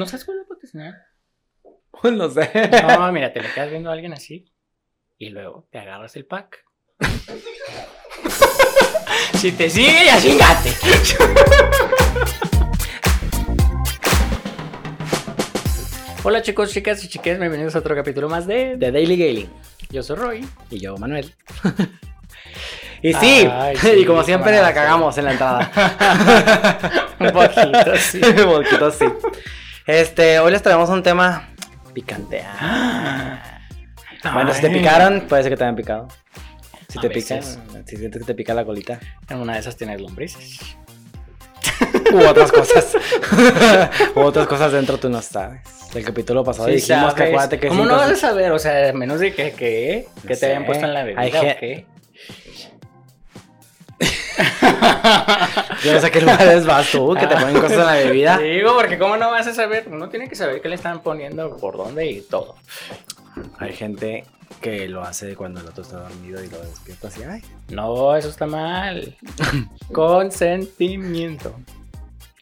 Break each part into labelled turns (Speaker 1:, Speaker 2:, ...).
Speaker 1: ¿No sabes cuál es la patrocinada?
Speaker 2: No sé.
Speaker 1: Pues No, mira, te le quedas viendo a alguien así y luego te agarras el pack. si te sigue, ya chingate. Hola chicos, chicas y chiques, bienvenidos a otro capítulo más de...
Speaker 2: De Daily Galing.
Speaker 1: Yo soy Roy.
Speaker 2: Y yo, Manuel. y sí,
Speaker 1: Ay, sí,
Speaker 2: y como siempre
Speaker 1: manazo.
Speaker 2: la cagamos en la entrada.
Speaker 1: Un poquito, sí.
Speaker 2: Un poquito así. Este, hoy les traemos un tema picante. Ah, Bueno, si te picaron, puede ser que te hayan picado. Si
Speaker 1: A
Speaker 2: te
Speaker 1: veces.
Speaker 2: pican, si sientes que te pica la colita.
Speaker 1: En una de esas tienes lombrices.
Speaker 2: U otras cosas. U otras cosas dentro tú no sabes. El capítulo pasado
Speaker 1: Sí,
Speaker 2: dijimos que
Speaker 1: sabes.
Speaker 2: acuérdate que
Speaker 1: ¿Cómo
Speaker 2: sí,
Speaker 1: no vas a
Speaker 2: entonces-
Speaker 1: saber? O sea, a menos de que, que,
Speaker 2: No
Speaker 1: que te hayan
Speaker 2: sé.
Speaker 1: puesto en la
Speaker 2: Hay
Speaker 1: bebida o
Speaker 2: gen-
Speaker 1: qué.
Speaker 2: Yo no sé a qué lugares vas tú, que te
Speaker 1: Ah.
Speaker 2: ponen cosas en la bebida.
Speaker 1: Te digo, porque cómo no vas a saber, uno tiene que saber qué le están poniendo, por dónde y todo.
Speaker 2: Hay gente que lo hace cuando el otro está dormido y lo despierta así, ay,
Speaker 1: No, eso está mal. Consentimiento.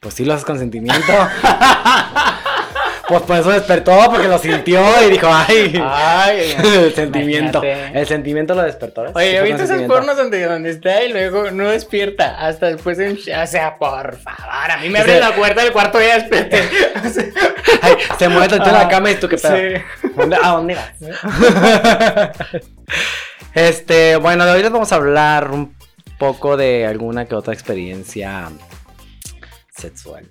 Speaker 2: pues sí lo haces con sentimiento. pues por eso despertó, porque lo sintió y dijo, ay,
Speaker 1: Ah, Ay,
Speaker 2: el sentimiento.
Speaker 1: imagínate.
Speaker 2: El sentimiento lo despertó. ¿ves? Sí
Speaker 1: Oye,
Speaker 2: fue
Speaker 1: ¿viste
Speaker 2: con
Speaker 1: esos
Speaker 2: sentimiento.
Speaker 1: pornos donde, donde está y luego no despierta? Hasta después de un... ch- O sea, por favor, a mí me abren
Speaker 2: Ese-
Speaker 1: la puerta del cuarto y ya desperté. O sea,
Speaker 2: Ay, se mueve tanto en la
Speaker 1: Ah,
Speaker 2: cama y tú qué pedo.
Speaker 1: sí.
Speaker 2: ¿Dónde- ¿A dónde vas? este, bueno, de hoy les vamos a hablar un poco de alguna que otra experiencia sexual.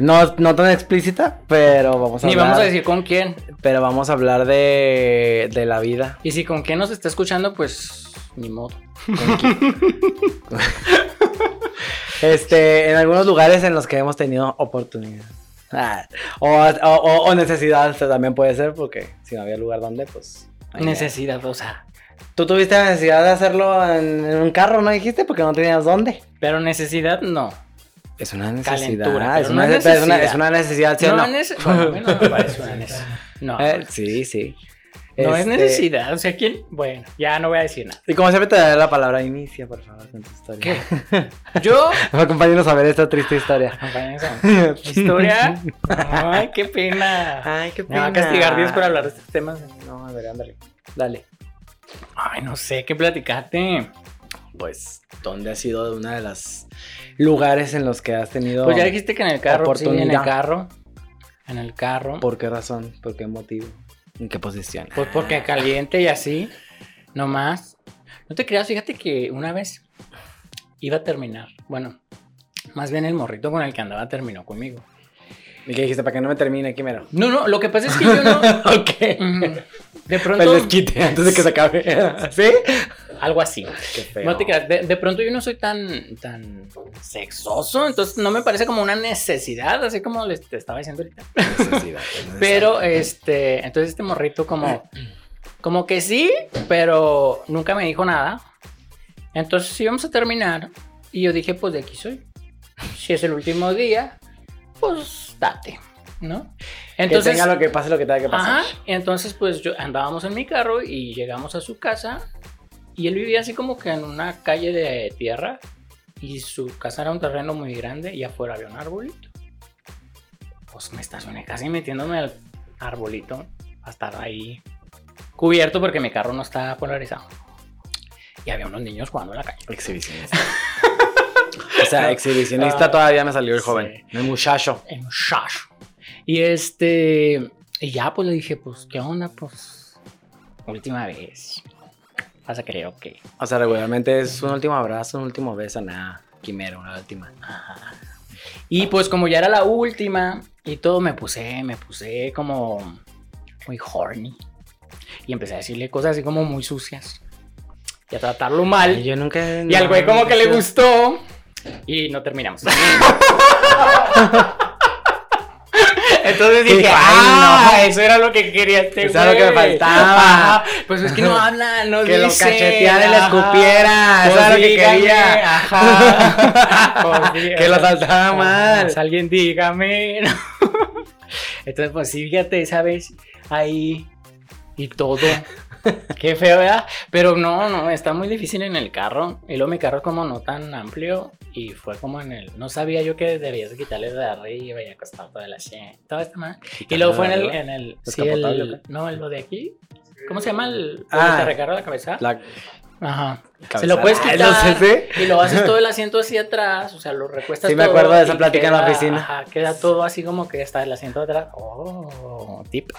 Speaker 2: No, no tan explícita, pero vamos a
Speaker 1: Ni
Speaker 2: hablar.
Speaker 1: vamos a decir con quién.
Speaker 2: Pero vamos a hablar de, de la vida.
Speaker 1: Y si con quién nos está escuchando, pues ni modo.
Speaker 2: Este, en algunos lugares en los que hemos tenido oportunidad. Ah, O, o, o- o necesidad, o sea, también puede ser, porque si no había lugar donde, pues. ahí ya.
Speaker 1: Necesidad, o sea.
Speaker 2: Tú tuviste la necesidad de hacerlo en, en un carro, ¿no dijiste? Porque no tenías dónde.
Speaker 1: Pero necesidad no.
Speaker 2: Es una
Speaker 1: necesidad,
Speaker 2: Calentura, es,
Speaker 1: es
Speaker 2: una,
Speaker 1: una
Speaker 2: es una- es una
Speaker 1: necesidad.
Speaker 2: necesidad. ¿sí o
Speaker 1: es.
Speaker 2: no?
Speaker 1: Bueno, a mí no me parece una necesidad. No.
Speaker 2: Eh, sí, sí.
Speaker 1: No es
Speaker 2: Este,
Speaker 1: necesidad. O sea, ¿quién? Bueno, ya no voy a decir nada.
Speaker 2: Y como siempre te daré la palabra, inicia, por favor, con tu historia.
Speaker 1: Yo.
Speaker 2: Acompáñenos a ver esta triste historia.
Speaker 1: Acompáñenos a Historia. Ay, qué pena.
Speaker 2: Ay, qué
Speaker 1: Me va a castigar Dios por hablar de estos temas.
Speaker 2: No, a ver, ándale. Dale.
Speaker 1: Ay, no sé qué platicarte.
Speaker 2: Pues, ¿dónde has sido de una de las lugares en los que has tenido?
Speaker 1: Pues ya dijiste que en el carro. Sí, en el
Speaker 2: Oportunidad.
Speaker 1: carro. En el carro.
Speaker 2: ¿Por qué razón? ¿Por qué motivo? ¿En qué posición?
Speaker 1: Pues porque caliente y así, nomás. No te creas, fíjate que una vez iba a terminar. Bueno, más bien el morrito con el que andaba terminó conmigo.
Speaker 2: ¿Y qué dijiste? Para que no me termine aquí, mero.
Speaker 1: No, no, lo que pasa es que yo no.
Speaker 2: ok.
Speaker 1: Mm, De
Speaker 2: Pues les
Speaker 1: pronto,
Speaker 2: quite antes de que se acabe. ¿Sí?
Speaker 1: algo así.
Speaker 2: Qué feo.
Speaker 1: No te creas, de, de pronto yo no soy tan, tan sexoso, entonces no me parece como una necesidad, así como les te estaba diciendo ahorita.
Speaker 2: Necesidad,
Speaker 1: Pero este, entonces este morrito como, como que sí, pero nunca me dijo nada. Entonces íbamos a terminar y yo dije, pues de aquí soy. Si es el último día, pues date, ¿no?
Speaker 2: Entonces,
Speaker 1: Entonces,
Speaker 2: que tenga lo que pase lo que tenga que pasar.
Speaker 1: ajá, y entonces pues yo andábamos en mi carro y llegamos a su casa y él vivía así como que en una calle de tierra y su casa era un terreno muy grande y afuera había un arbolito. Pues me estacioné casi metiéndome al arbolito a estar ahí cubierto porque mi carro no estaba polarizado. Y había unos niños jugando en la calle.
Speaker 2: Exhibicionista. o sea, exhibicionista
Speaker 1: Ah,
Speaker 2: todavía me salió el joven. El muchacho.
Speaker 1: el muchacho. Y este, y ya pues le dije, pues, ¿qué onda? Pues, última vez. Vas a creer, ok.
Speaker 2: O sea, regularmente es un último abrazo, un último beso, nada. Quimera, una última.
Speaker 1: Y pues como ya era la última y todo, me puse, me puse como muy horny. Y empecé a decirle cosas así como muy sucias. Y a tratarlo mal.
Speaker 2: Yo nunca.
Speaker 1: Y al güey como que le
Speaker 2: gusta
Speaker 1: gustó. Y no terminamos. Entonces
Speaker 2: Y
Speaker 1: dije,
Speaker 2: dije,
Speaker 1: ah,
Speaker 2: "Ay, no".
Speaker 1: eso era lo que quería este
Speaker 2: Eso era lo
Speaker 1: güey".
Speaker 2: que me faltaba.
Speaker 1: Ajá, Pues es que no habla, no
Speaker 2: Que lo
Speaker 1: dice,
Speaker 2: cacheteara y le
Speaker 1: ajá.
Speaker 2: escupiera. Eso
Speaker 1: Pues
Speaker 2: era lo que
Speaker 1: dígame,
Speaker 2: quería.
Speaker 1: Ajá. Pues sí,
Speaker 2: que lo
Speaker 1: ajá.
Speaker 2: saltaba Ah, mal.
Speaker 1: Pues alguien dígame. Entonces, pues sí, fíjate, ¿sabes? Ahí y todo. Qué feo, ¿verdad? Pero no, no, está muy difícil en el carro. Y luego mi carro es como no tan amplio. Y fue como en el. No sabía yo que debías quitarle de arriba y acostar toda la shit. Todo esto más. Y luego fue en el. En el sí,
Speaker 2: ¿Descapotable
Speaker 1: el-
Speaker 2: o
Speaker 1: no, lo de aquí. ¿Cómo se llama? El,
Speaker 2: Ah.
Speaker 1: donde te recarga la cabeza.
Speaker 2: La
Speaker 1: Ajá.
Speaker 2: cabeza-
Speaker 1: Se lo puedes
Speaker 2: Ah,
Speaker 1: quitar.
Speaker 2: lo sé, sí.
Speaker 1: Y lo haces todo el asiento hacia atrás, o sea, lo recuestas
Speaker 2: Sí, me
Speaker 1: todo
Speaker 2: acuerdo de
Speaker 1: y
Speaker 2: esa plática en la oficina.
Speaker 1: ajá, queda todo así como que está el asiento atrás. Oh, tip.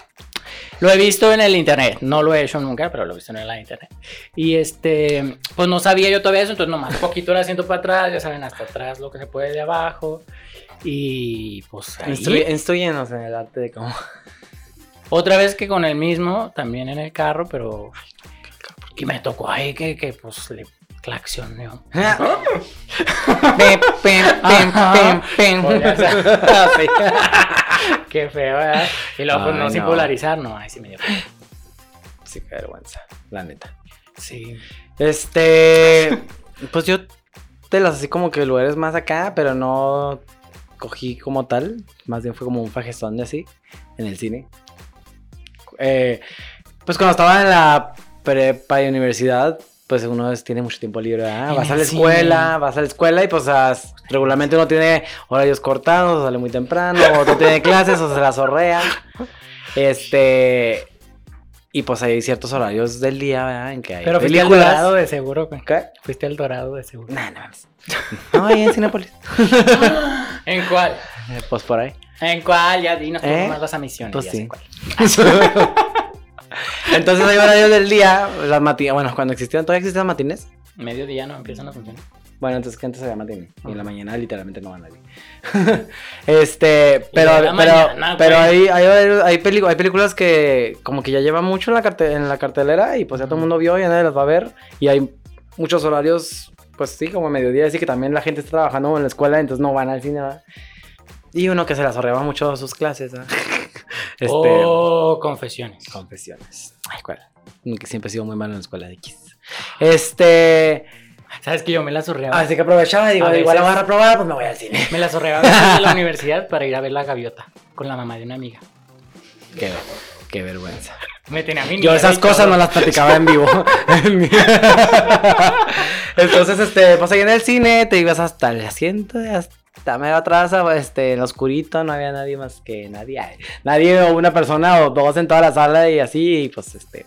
Speaker 1: Lo he visto en el internet, no lo he hecho nunca, pero lo he visto en la internet. Y este, pues no sabía yo todavía eso, entonces nomás poquito el asiento para atrás, ya saben, hasta atrás lo que se puede de abajo. Y pues ahí.
Speaker 2: Instruye- Instruyenos en el arte de cómo.
Speaker 1: Otra vez que con el mismo, también en el carro, pero. Y me tocó ahí que, que pues le claxoneó.
Speaker 2: Pim, pim, pim,
Speaker 1: Ajá.
Speaker 2: pim, pim.
Speaker 1: Pues, ya Qué feo, ¿verdad? Y luego, pues,
Speaker 2: Ay,
Speaker 1: no, sin
Speaker 2: no.
Speaker 1: polarizar, no, ahí sí me dio. feo.
Speaker 2: Sí, qué vergüenza, la neta.
Speaker 1: Sí.
Speaker 2: Este, pues yo te las así como que lugares más acá, pero no cogí como tal. Más bien fue como un fajestón de así, en el cine. Eh, pues cuando estaba en la prepa y universidad, pues uno es- tiene mucho tiempo libre, ¿verdad?
Speaker 1: En
Speaker 2: Vas a
Speaker 1: el
Speaker 2: la
Speaker 1: cine.
Speaker 2: escuela, vas a la escuela y pues as- regularmente uno tiene horarios cortados, o sale muy temprano, o no tiene clases, o se la zorrea. Este... Y pues hay ciertos horarios del día, ¿verdad? En que hay
Speaker 1: Pero fuiste al
Speaker 2: películas.
Speaker 1: dorado de seguro, güey.
Speaker 2: ¿Qué?
Speaker 1: Fuiste al dorado de seguro.
Speaker 2: Nah, no mames. No, ahí en Cinépolis.
Speaker 1: ¿En cuál?
Speaker 2: Eh, pues por ahí.
Speaker 1: ¿En cuál? Ya dinos tú
Speaker 2: ¿Eh?
Speaker 1: nomás vas a misiones.
Speaker 2: Pues
Speaker 1: ya
Speaker 2: sí.
Speaker 1: sé cuál.
Speaker 2: Entonces hay horarios del día, las matines. Bueno, cuando existían, todavía existían matines.
Speaker 1: Mediodía no empiezan a funcionar.
Speaker 2: Bueno, entonces que antes había matines. Y en
Speaker 1: Ajá.
Speaker 2: la mañana literalmente no va nadie. este, pero,
Speaker 1: de
Speaker 2: pero,
Speaker 1: la mañana, pues.
Speaker 2: pero hay,
Speaker 1: güey.
Speaker 2: hay, horarios- hay, pelicu- hay películas que como que ya llevan mucho en la, carte- en la cartelera y pues ya todo el
Speaker 1: Ujú.
Speaker 2: mundo vio y ya nadie las va a ver. Y hay muchos horarios, pues sí, como mediodía, así que también la gente está trabajando en la escuela, entonces no van al cine. ¿verdad? Y uno que se las sorreaba mucho sus clases. ¿verdad? este,
Speaker 1: Oh, confesiones.
Speaker 2: Confesiones. Ay, cuál. Nunca- Siempre he sido muy malo en la escuela de X. Este.
Speaker 1: ¿Sabes que yo me la sorreaba?
Speaker 2: Ah, Así que aprovechaba y digo,
Speaker 1: A
Speaker 2: igual
Speaker 1: veces-
Speaker 2: la voy a reprobar, pues me voy al cine.
Speaker 1: Me la sorreaba en la universidad para ir a ver la gaviota con la mamá de una amiga.
Speaker 2: Qué, qué vergüenza.
Speaker 1: Me tenía a mí.
Speaker 2: Yo esas cosas no las platicaba en vivo. Entonces, este, pues ahí en el cine te ibas hasta el asiento de hasta mero atrás, este, en lo oscurito, no había nadie más que nadie. ay, Nadie o una persona o dos en toda la sala y así, y pues este.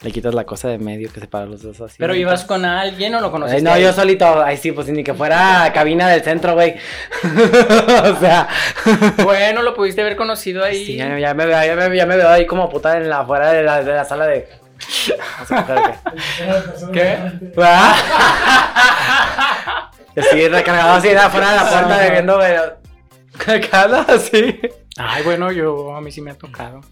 Speaker 2: Le quitas la cosa de medio que separa los dos así.
Speaker 1: Pero ibas con alguien o lo
Speaker 2: pues. Ay,
Speaker 1: conociste.
Speaker 2: no,
Speaker 1: ahí?
Speaker 2: yo solito. Ay, sí, pues ni que fuera cabina del centro, güey. o sea,
Speaker 1: Bueno, lo pudiste haber conocido ahí.
Speaker 2: sí, ya, ya me, veo- ya, me, ya me veo ahí como putada en la afuera de la, de la sala de. No sé, mujer, ¿qué?
Speaker 1: ¿Qué?
Speaker 2: ¿Verdad? Así recargado así de afuera de la puerta
Speaker 1: Ajá.
Speaker 2: bebiendo, güey. Recargado así.
Speaker 1: Ay, bueno, yo a mí sí me ha tocado.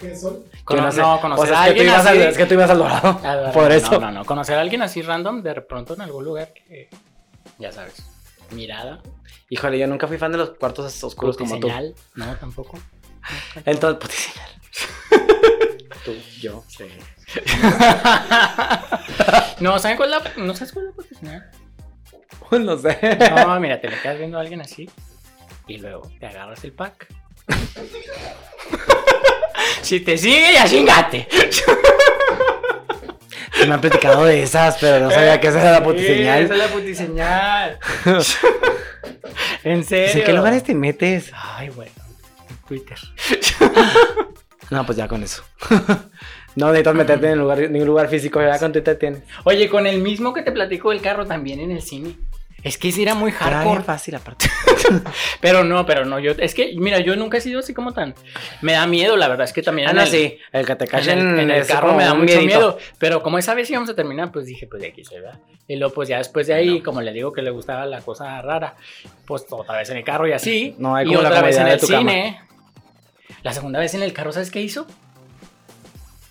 Speaker 3: ¿Qué son?
Speaker 1: Cono-
Speaker 2: Yo
Speaker 1: no,
Speaker 2: sé.
Speaker 1: conocer
Speaker 2: O sea,
Speaker 1: a
Speaker 2: es que, tú
Speaker 1: alguien
Speaker 2: ibas
Speaker 1: así.
Speaker 2: al, es que tú ibas al dorado.
Speaker 1: Ah, vale,
Speaker 2: Por
Speaker 1: no,
Speaker 2: eso.
Speaker 1: No, no, no. Conocer a alguien así random de pronto en algún lugar que. Ya sabes. Mirada.
Speaker 2: Híjole, yo nunca fui fan de los cuartos oscuros como tú.
Speaker 1: señal. No, tampoco.
Speaker 2: Entonces, pues, señal. tú, yo, sí.
Speaker 1: No, ¿saben cuál es la.? ¿No sabes cuál es la señal?
Speaker 2: Pues, No sé.
Speaker 1: No, mira, te me quedas viendo a alguien así. Y luego te agarras el pack. si te sigue, ya chingate.
Speaker 2: Sí me han platicado de esas, pero no sabía que esa era la
Speaker 1: Sí, Esa
Speaker 2: putiseñal.
Speaker 1: es la putiseñal. en serio.
Speaker 2: ¿En qué lugares te metes?
Speaker 1: Ay, bueno. En Twitter.
Speaker 2: No, pues ya con eso. no necesitas meterte en lugar, ningún lugar físico, ya con Twitter tienes.
Speaker 1: Oye, con el mismo que te platico del carro también en el cine. Es que sí era muy
Speaker 2: Era bien
Speaker 1: hardcore.
Speaker 2: fácil aparte.
Speaker 1: Pero no, pero no. Yo, es que, mira, yo nunca he sido así como tan. Me da miedo, la verdad. Es que también.
Speaker 2: Ah,
Speaker 1: en
Speaker 2: no,
Speaker 1: el-
Speaker 2: sí. El que te
Speaker 1: En
Speaker 2: cachen
Speaker 1: el, en el
Speaker 2: es
Speaker 1: carro
Speaker 2: como
Speaker 1: me da
Speaker 2: un
Speaker 1: mucho
Speaker 2: miedito.
Speaker 1: miedo. Pero como esa vez íbamos a terminar, pues dije, pues de aquí soy, ¿verdad? Y luego, pues ya después de ahí,
Speaker 2: No.
Speaker 1: como le digo que le gustaba la cosa rara, pues otra vez en el carro y así.
Speaker 2: No, hay
Speaker 1: y
Speaker 2: como la
Speaker 1: otra vez en
Speaker 2: comodidad
Speaker 1: el
Speaker 2: de tu cama.
Speaker 1: cine. La segunda vez en el carro, ¿sabes qué hizo?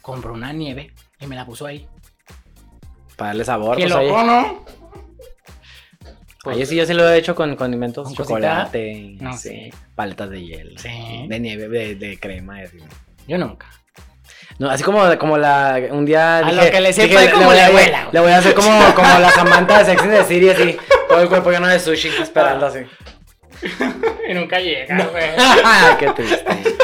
Speaker 1: Compró una nieve y me la puso ahí.
Speaker 2: Para darle sabor,
Speaker 1: ¡Qué
Speaker 2: pues oye.
Speaker 1: loco, no!
Speaker 2: Oye, sí, yo sí lo he hecho con, con inventos.
Speaker 1: Con
Speaker 2: chocolate,
Speaker 1: No
Speaker 2: sí,
Speaker 1: sé.
Speaker 2: paletas de hielo,
Speaker 1: Sí.
Speaker 2: de nieve, de, de crema y así.
Speaker 1: Yo nunca.
Speaker 2: No, así como, como la, un día
Speaker 1: A
Speaker 2: dije,
Speaker 1: lo que le sepa
Speaker 2: dije,
Speaker 1: y como
Speaker 2: voy a-
Speaker 1: le huela.
Speaker 2: Le voy a hacer como, como la Samantha de Sex and the City, así, todo el cuerpo lleno de sushi,
Speaker 1: Ah.
Speaker 2: esperando así.
Speaker 1: Y nunca llega, güey.
Speaker 2: Ay, qué triste.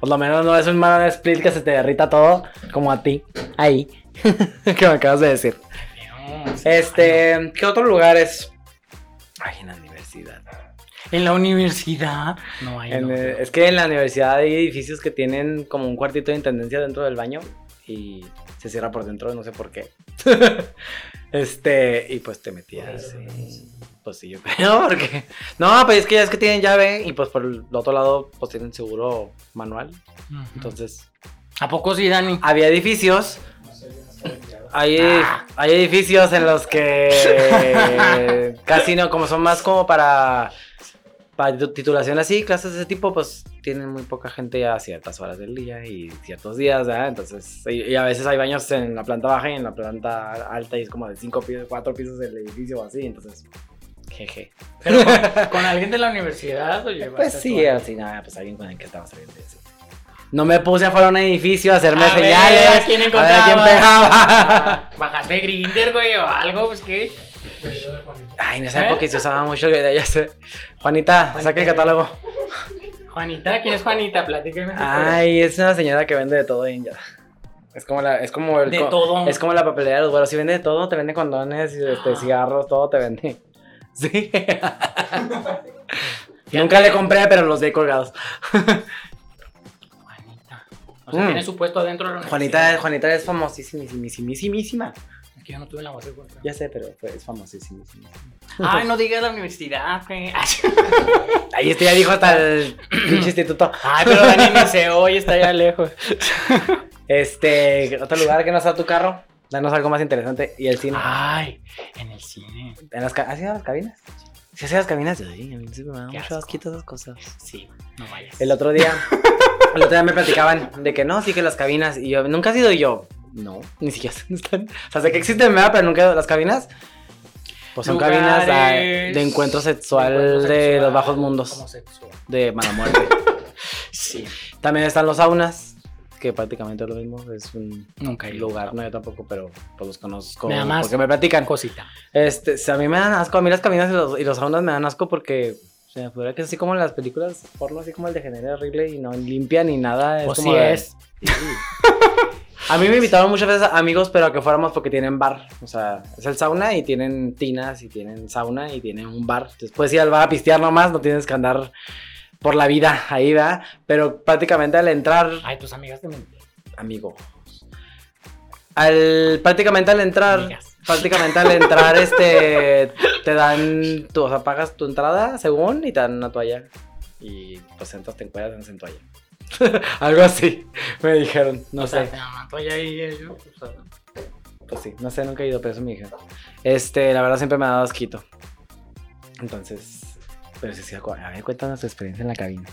Speaker 2: Por lo menos no es un mal split que se te derrita todo como a ti. Ahí. que me acabas de decir.
Speaker 1: Feo. No, sí,
Speaker 2: Este, ¿qué otro lugar es? Ay, en la universidad.
Speaker 1: En la universidad. No, ahí
Speaker 2: En,
Speaker 1: no.
Speaker 2: eh, es que en la universidad hay edificios que tienen como un cuartito de intendencia dentro del baño y se cierra por dentro, no sé por qué. este, y pues te metías. y, pues sí, yo creo, porque. No, pues es que ya es que tienen llave y pues por el otro lado, pues tienen seguro manual.
Speaker 1: Ujú.
Speaker 2: Entonces,
Speaker 1: ¿A poco sí, Dani?
Speaker 2: había edificios. Hay, hay edificios en los que casi no, como son más como para, para tu- titulación así, clases de ese tipo, pues tienen muy poca gente a ciertas horas del día y ciertos días, ¿verdad? Entonces, y, y a veces hay baños en la planta baja y en la planta alta y es como de cinco pisos, cuatro pisos el edificio o así, entonces, jeje.
Speaker 1: Pero con, con alguien de la universidad o llevaste
Speaker 2: Pues
Speaker 1: a tu
Speaker 2: sí,
Speaker 1: amigo?
Speaker 2: así nada, pues alguien con el que estaba saliendo. sí. No me puse afuera de un edificio a hacerme
Speaker 1: A ver, ¿a
Speaker 2: señales.
Speaker 1: quién
Speaker 2: A ver quién
Speaker 1: encontrabas?
Speaker 2: pegaba.
Speaker 1: Ah, Bajaste Grinder, güey, o algo, pues qué.
Speaker 2: Ay, no
Speaker 1: ¿Eh?
Speaker 2: sé porque se usaba mucho el ya sé. Juanita, saca el catálogo.
Speaker 1: Juanita, ¿quién es Juanita? Platíqueme. su historia.
Speaker 2: Ay, es una señora que vende de todo en ya. Es como la, es como el
Speaker 1: De
Speaker 2: co-
Speaker 1: todo. Ah.
Speaker 2: Es como la papelera de los güeros. Si vende de todo, te vende condones, este, cigarros, todo te vende. Sí. Nunca le compré, pero los de colgados.
Speaker 1: Juanita. O sea,
Speaker 2: Mm.
Speaker 1: tiene su puesto adentro de la
Speaker 2: Juanita, Juanita es famosísimísimísimísima.
Speaker 1: Es que yo no tuve la voz de Juanita.
Speaker 2: Ya sé, pero es famosísima.
Speaker 1: Ay, no digas la universidad, güey.
Speaker 2: Ahí este ya dijo hasta el pinche instituto.
Speaker 1: Ay, pero Dani ni se oye, está allá lejos.
Speaker 2: Este, otro lugar que no está tu carro. Danos algo más interesante. Y el cine.
Speaker 1: Ay, en el cine.
Speaker 2: ¿En las ca- ¿Has ido a las cabinas? ¿Sí has ido a las cabinas? Sí, a mí sí me dan
Speaker 1: Qué
Speaker 2: mucho
Speaker 1: asco.
Speaker 2: asquito esas cosas.
Speaker 1: Sí, no vayas.
Speaker 2: El otro día, el otro día me platicaban de que no, sí que las cabinas. Y yo, ¿nunca has ido? Y yo, no, ni siquiera sé dónde están. O sea, sé que existen, ¿verdad? Pero nunca he ido a las cabinas. Pues son cabinas ah,
Speaker 1: Lugares
Speaker 2: de encuentro sexual de,
Speaker 1: encuentro
Speaker 2: los
Speaker 1: sexual,
Speaker 2: bajos mundos,
Speaker 1: homosexual.
Speaker 2: de mala muerte.
Speaker 1: Sí,
Speaker 2: También están los saunas, que prácticamente es lo mismo. Es un
Speaker 1: nunca he ido.
Speaker 2: lugar, no, yo tampoco, pero pues los conozco.
Speaker 1: Me da más
Speaker 2: Porque me platican.
Speaker 1: Cosita.
Speaker 2: Este, si a mí me dan asco, a mí las cabinas y los, y los saunas me dan asco porque se me figura que es así como en las películas porno, así como el de Genera horrible y no limpia ni nada.
Speaker 1: Pues
Speaker 2: como
Speaker 1: sí
Speaker 2: de-
Speaker 1: es.
Speaker 2: Sí. A mí me invitaron muchas veces amigos, pero a que fuéramos porque tienen bar. O sea, es el sauna y tienen tinas y tienen sauna y tienen un bar. Entonces puedes ir al bar a pistear nomás, no tienes que andar por la vida ahí, ¿verdad? Pero prácticamente al entrar
Speaker 1: Ay, tus amigas te mintieron.
Speaker 2: amigo. Al, prácticamente al entrar,
Speaker 1: Amigas.
Speaker 2: prácticamente al entrar, este, te dan, tu, o sea, pagas tu entrada según y te dan una toalla. Y pues entras, te encuentras, en toalla. Algo así, me dijeron, no
Speaker 1: O
Speaker 2: sé,
Speaker 1: sea, te mató ya y ellos. o sea,
Speaker 2: pues sí, no sé, nunca he ido, pero eso me dijeron. Este, la verdad siempre me ha dado asquito. Entonces, pero sí, sí, acu- a ver, cuéntanos tu experiencia en la cabina.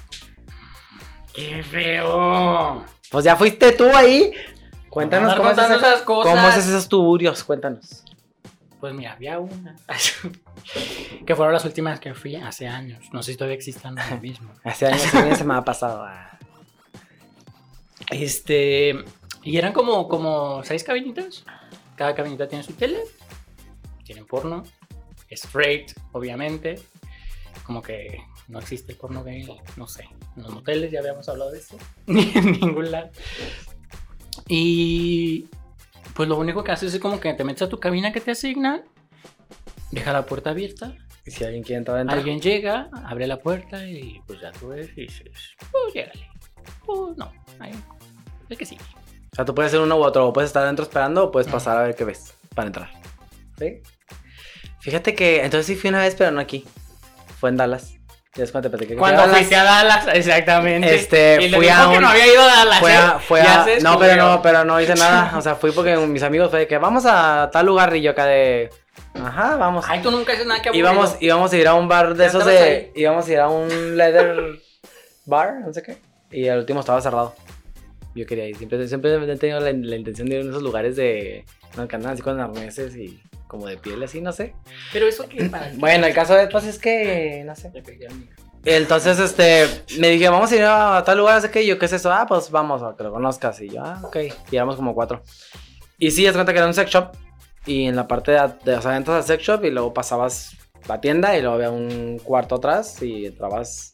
Speaker 1: ¡Qué feo!
Speaker 2: Pues ya fuiste tú ahí, cuéntanos
Speaker 1: Andar
Speaker 2: cómo es,
Speaker 1: contando
Speaker 2: esa-
Speaker 1: esas cosas.
Speaker 2: cómo es esos tuburios, cuéntanos.
Speaker 1: Pues mira, había una. que fueron las últimas que fui hace años. No sé si todavía existan ahora mismo.
Speaker 2: Hace años también se me ha pasado. ah.
Speaker 1: Este. Y eran como, como seis cabinitas. Cada cabinita tiene su tele. Tienen porno. Straight, obviamente. Como que no existe el porno gay, no sé. En los moteles ya habíamos hablado de esto. Ni en ningún lado. Y. Pues lo único que haces es como que te metes a tu cabina que te asignan. Deja la puerta abierta.
Speaker 2: Y si alguien quiere entrar, entra.
Speaker 1: Alguien llega, abre la puerta y pues ya tú ves y dices, pues llégale. Pues no, ahí, el que sigue.
Speaker 2: O sea, tú puedes ser uno u otro. O puedes estar adentro esperando o puedes pasar a ver qué ves para entrar. ¿Sí? Fíjate que entonces sí fui una vez, pero no aquí. Fue en Dallas. Ya es cuando te platiqué que fui a
Speaker 1: Cuando
Speaker 2: Dallas.
Speaker 1: fuiste a Dallas, exactamente.
Speaker 2: Este,
Speaker 1: y le
Speaker 2: fui
Speaker 1: dijo
Speaker 2: a
Speaker 1: que
Speaker 2: un-
Speaker 1: no había ido a Dallas.
Speaker 2: Fue a,
Speaker 1: ¿eh?
Speaker 2: fue
Speaker 1: Ya
Speaker 2: a-
Speaker 1: se
Speaker 2: no, pero no,
Speaker 1: descubrió.
Speaker 2: pero no hice nada. O sea, fui porque mis amigos fue de que vamos a tal lugar y yo acá de. Ajá, vamos.
Speaker 1: Ay, tú nunca haces nada que aburrido.
Speaker 2: íbamos, íbamos a ir a un bar de
Speaker 1: Ya
Speaker 2: esos
Speaker 1: estabas
Speaker 2: de. Íbamos a ir a un leather bar, no sé qué. Y al último estaba cerrado. Yo quería ir. Siempre, siempre he tenido la, la intención de ir a esos lugares de. No, que andan así con arneses y como de piel así, no sé.
Speaker 1: Pero eso que para qué?
Speaker 2: Bueno, el caso de pues es que. No sé.
Speaker 1: Le pegué al micro.
Speaker 2: Entonces, este, me dije, vamos a ir a tal lugar, así que yo, ¿qué es eso? Ah, pues vamos, a que lo conozcas. Y yo, ah, ok. Y éramos como cuatro. Y sí, es cuenta que era un sex shop. Y en la parte de, at- de- o sea, entras al sex shop y luego pasabas la tienda y luego había un cuarto atrás y entrabas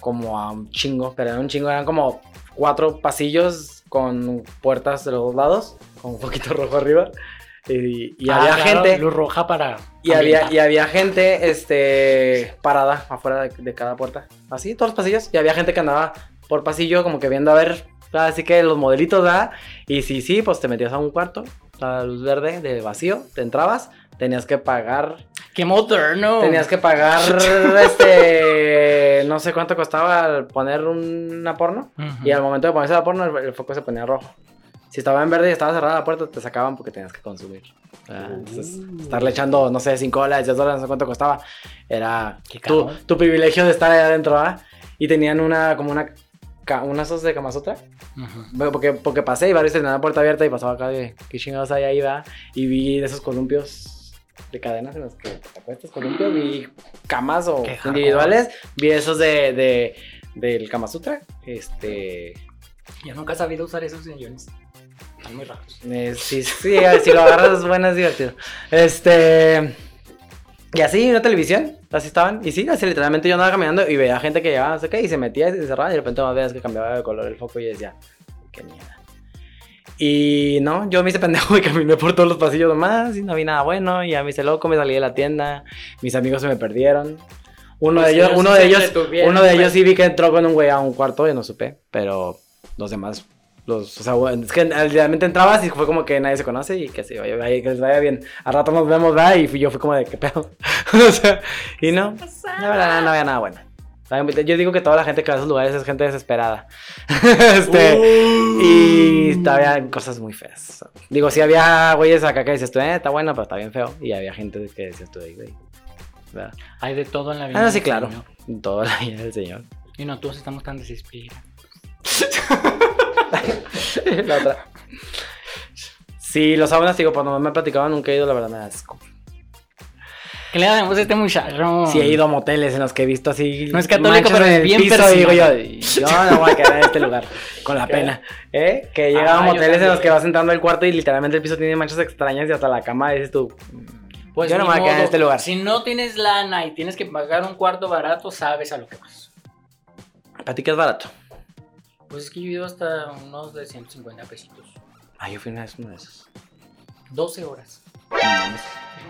Speaker 2: como a un chingo, pero era un chingo, eran como cuatro pasillos con puertas de los dos lados, con un poquito rojo arriba. Y, y
Speaker 1: Ah,
Speaker 2: había
Speaker 1: claro,
Speaker 2: gente.
Speaker 1: Luz roja para.
Speaker 2: Y había,
Speaker 1: ambientar.
Speaker 2: y había gente este, parada afuera de, de cada puerta. Así, todos los pasillos. Y había gente que andaba por pasillo, como que viendo a ver. ah, Así que los modelitos, da Y si sí, pues te metías a un cuarto, la luz verde de vacío, te entrabas, tenías que pagar.
Speaker 1: ¡Qué moderno!
Speaker 2: Tenías que pagar, este. No sé cuánto costaba poner una porno.
Speaker 1: Ujú.
Speaker 2: Y al momento de ponerse la porno, el, el foco se ponía rojo. Si estaba en verde y estaba cerrada la puerta, te sacaban porque tenías que consumir. Ah, entonces,
Speaker 1: Uh.
Speaker 2: estarle echando, no sé, 5 dólares, 10 dólares, no sé cuánto costaba. Era
Speaker 1: Qué
Speaker 2: tu,
Speaker 1: cabrón.
Speaker 2: tu privilegio de estar ahí adentro, ¿ah? Y tenían una, como una, ca- una sos de Kamasutra.
Speaker 1: Ujú.
Speaker 2: Bueno, Porque, porque pasé y varios tenían la puerta abierta y pasaba acá de qué chingados hay ahí, va. Y vi de esos columpios de cadenas en los que te acuestas, columpios, vi camas o
Speaker 1: Qué hardcore.
Speaker 2: individuales, vi esos de, de, del Kamasutra. Este.
Speaker 1: Yo nunca he sabido usar esos sillones. Están muy raros.
Speaker 2: Eh, sí, sí, si lo agarras es bueno, es divertido. Este. Y así, una televisión, así estaban. Y sí, así literalmente yo andaba caminando y veía gente que llevaba, no sé qué, y se metía y se cerraba. Y de repente más veías que cambiaba de color el foco y yo decía, qué mierda. Y no, yo me hice pendejo y caminé por todos los pasillos nomás y no vi nada bueno. Y ya me hice loco, me salí de la tienda. Mis amigos se me perdieron. Uno
Speaker 1: Pues
Speaker 2: de ellos,
Speaker 1: ellos
Speaker 2: uno
Speaker 1: sí
Speaker 2: de
Speaker 1: se
Speaker 2: ellos,
Speaker 1: entretuvieron,
Speaker 2: uno de ellos
Speaker 1: pues.
Speaker 2: sí vi que entró con un güey a un cuarto, yo no supe, pero los demás los, o sea, bueno, es que realmente entrabas y fue como que nadie se conoce y que, se vaya, vaya- que les vaya bien. Al rato nos vemos, ¿verdad? Y fui- yo fui como de, ¿qué pedo? o sea, y no, la verdad, no había nada bueno. También, Yo digo que toda la gente que va a esos lugares es gente desesperada. este, Y había cosas muy feas. Digo, sí había güeyes acá que decías tú, eh, está bueno, pero está bien feo. Y había gente que decías tú, "Ay, güey. ¿verdad?
Speaker 1: Hay de todo en la vida.
Speaker 2: Ah, no, sí,
Speaker 1: del
Speaker 2: claro.
Speaker 1: señor.
Speaker 2: Todo la vida del señor.
Speaker 1: Y no, todos estamos tan desesperados.
Speaker 2: la otra. Sí, los saunas, digo, cuando me han platicado nunca he ido, la verdad me da asco.
Speaker 1: ¿Qué le damos a este muchacho?
Speaker 2: Sí he ido a moteles en los que he visto así.
Speaker 1: No es católico,
Speaker 2: manchas
Speaker 1: pero
Speaker 2: en el
Speaker 1: bien
Speaker 2: piso,
Speaker 1: personal.
Speaker 2: digo yo, yo no voy a quedar en este lugar con la pena. ¿Eh? Que he llegado
Speaker 1: Ah,
Speaker 2: a
Speaker 1: yo
Speaker 2: moteles en los
Speaker 1: también.
Speaker 2: que vas entrando al cuarto y literalmente el piso tiene manchas extrañas y hasta la cama dices tú. yo no
Speaker 1: Pues ni
Speaker 2: me voy a quedar en
Speaker 1: modo.
Speaker 2: este lugar.
Speaker 1: Si no tienes lana y tienes que pagar un cuarto barato, sabes a lo que vas.
Speaker 2: ¿Para ti qué es barato?
Speaker 1: Pues es que yo he ido hasta unos de 150 pesitos.
Speaker 2: Ah, yo fui una vez uno de esos.
Speaker 1: 12 horas.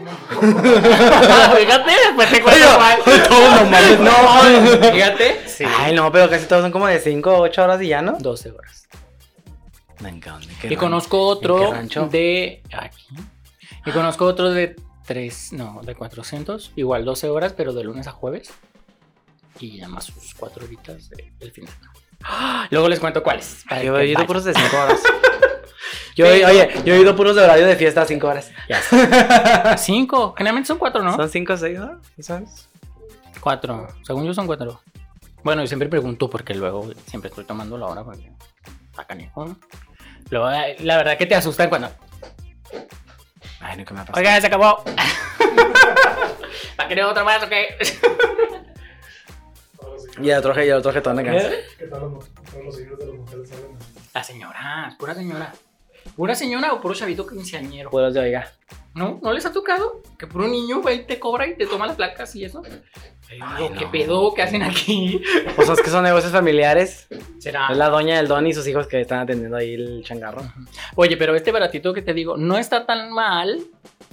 Speaker 2: No
Speaker 1: Fíjate, pues te cuento cuál.
Speaker 2: mames. No, no,
Speaker 1: Fíjate. Sí.
Speaker 2: Ay, no, pero casi todos son como de 5 o 8 horas y ya, ¿no?
Speaker 1: 12 horas.
Speaker 2: Me encanta.
Speaker 1: Y conozco
Speaker 2: ¿En
Speaker 1: otro
Speaker 2: qué rancho?
Speaker 1: de. Aquí. Y conozco otro de 3. No, de 400. Igual 12 horas, pero de lunes a jueves. Y nada más sus 4 horitas de- del final. Luego les cuento cuáles. para
Speaker 2: Yo
Speaker 1: que
Speaker 2: he ido
Speaker 1: vayan.
Speaker 2: puros de 5 horas. Yo, he- oye, yo he ido puros de horario de fiesta 5 horas.
Speaker 1: Ya Cinco. Generalmente son cuatro, ¿no?
Speaker 2: Son 5 o 6, ¿no? ¿Sabes?
Speaker 1: Cuatro. Según yo son cuatro. Bueno, y siempre pregunto porque luego siempre estoy tomando la hora porque está canijo, ¿no? Luego, eh, la verdad que te asustan cuando.
Speaker 2: Ay, nunca me ha pasado.
Speaker 1: Oiga, se acabó. ¿Va a querer otra más o qué?
Speaker 2: Y el otro, je- y el otro jetón acá.
Speaker 3: que todos los, todos los hijos de las mujeres salen.
Speaker 1: La señora, pura señora. ¿Pura señora o puro chavito quinceañero?
Speaker 2: Puros de oiga.
Speaker 1: ¿No? ¿No les ha tocado? Que puro niño va y te cobra y te toma las placas y eso.
Speaker 2: Ay,
Speaker 1: ¿Qué
Speaker 2: no.
Speaker 1: pedo? ¿Qué hacen aquí?
Speaker 2: Pues es que son negocios familiares.
Speaker 1: ¿Será?
Speaker 2: Es la doña del don y sus hijos que están atendiendo ahí el changarro.
Speaker 1: Oye, pero este baratito que te digo no está tan mal,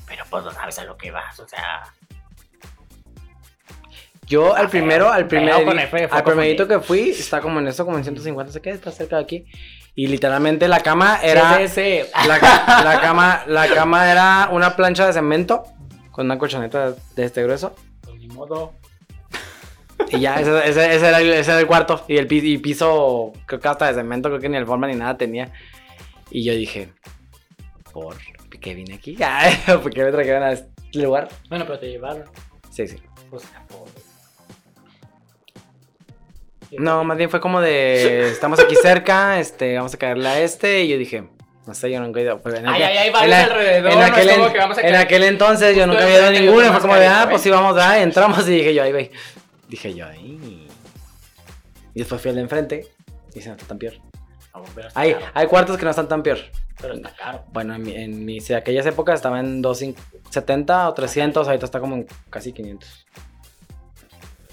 Speaker 1: pero pues no sabes a lo que vas, o sea.
Speaker 2: Yo al primero, al
Speaker 1: Feo
Speaker 2: primer,
Speaker 1: con F de foco
Speaker 2: al primerito
Speaker 1: fundido.
Speaker 2: que fui, está como en esto, como en 150, no sé qué, está cerca de aquí. Y literalmente la cama era...
Speaker 1: ¿Qué es ese?
Speaker 2: La, ca- la cama, la cama era una plancha de cemento con una colchoneta de este grueso.
Speaker 1: Pues ni modo.
Speaker 2: Y ya, ese, ese- ese era, el, ese era el cuarto. Y el pi- y piso, creo que hasta de cemento, creo que ni el forma ni nada tenía. Y yo dije, ¿por qué vine aquí? ¿Por qué me trajeron a este lugar?
Speaker 1: Bueno, pero te llevaron.
Speaker 2: Sí, sí.
Speaker 1: Pues tampoco.
Speaker 2: No, más bien fue como de, estamos aquí cerca, este, vamos a caerle a este. Y yo dije, no sé, yo nunca he ido. Pues en
Speaker 1: Ay,
Speaker 2: aquel-
Speaker 1: ay, ay,
Speaker 2: en
Speaker 1: varios
Speaker 2: la-
Speaker 1: alrededor.
Speaker 2: en aquel,
Speaker 1: no es
Speaker 2: en,
Speaker 1: como que vamos a
Speaker 2: en
Speaker 1: quedar-
Speaker 2: aquel entonces yo
Speaker 1: Justo
Speaker 2: nunca había ido a
Speaker 1: enfrente hay otro
Speaker 2: ninguno. Fue
Speaker 1: más
Speaker 2: como de,
Speaker 1: carito,
Speaker 2: ah,
Speaker 1: ¿eh?
Speaker 2: pues sí, vamos, ah, entramos. Y dije yo, ahí, güey. Dije yo, ahí. Y después fui al de enfrente. Y se no está tan peor.
Speaker 1: No, pero está
Speaker 2: Hay,
Speaker 1: caro,
Speaker 2: hay cuartos que no están tan peor.
Speaker 1: pero está caro.
Speaker 2: Bueno, en, mi- en mis, aquellas épocas estaba en 270 o 300. Ahorita está como en casi 500.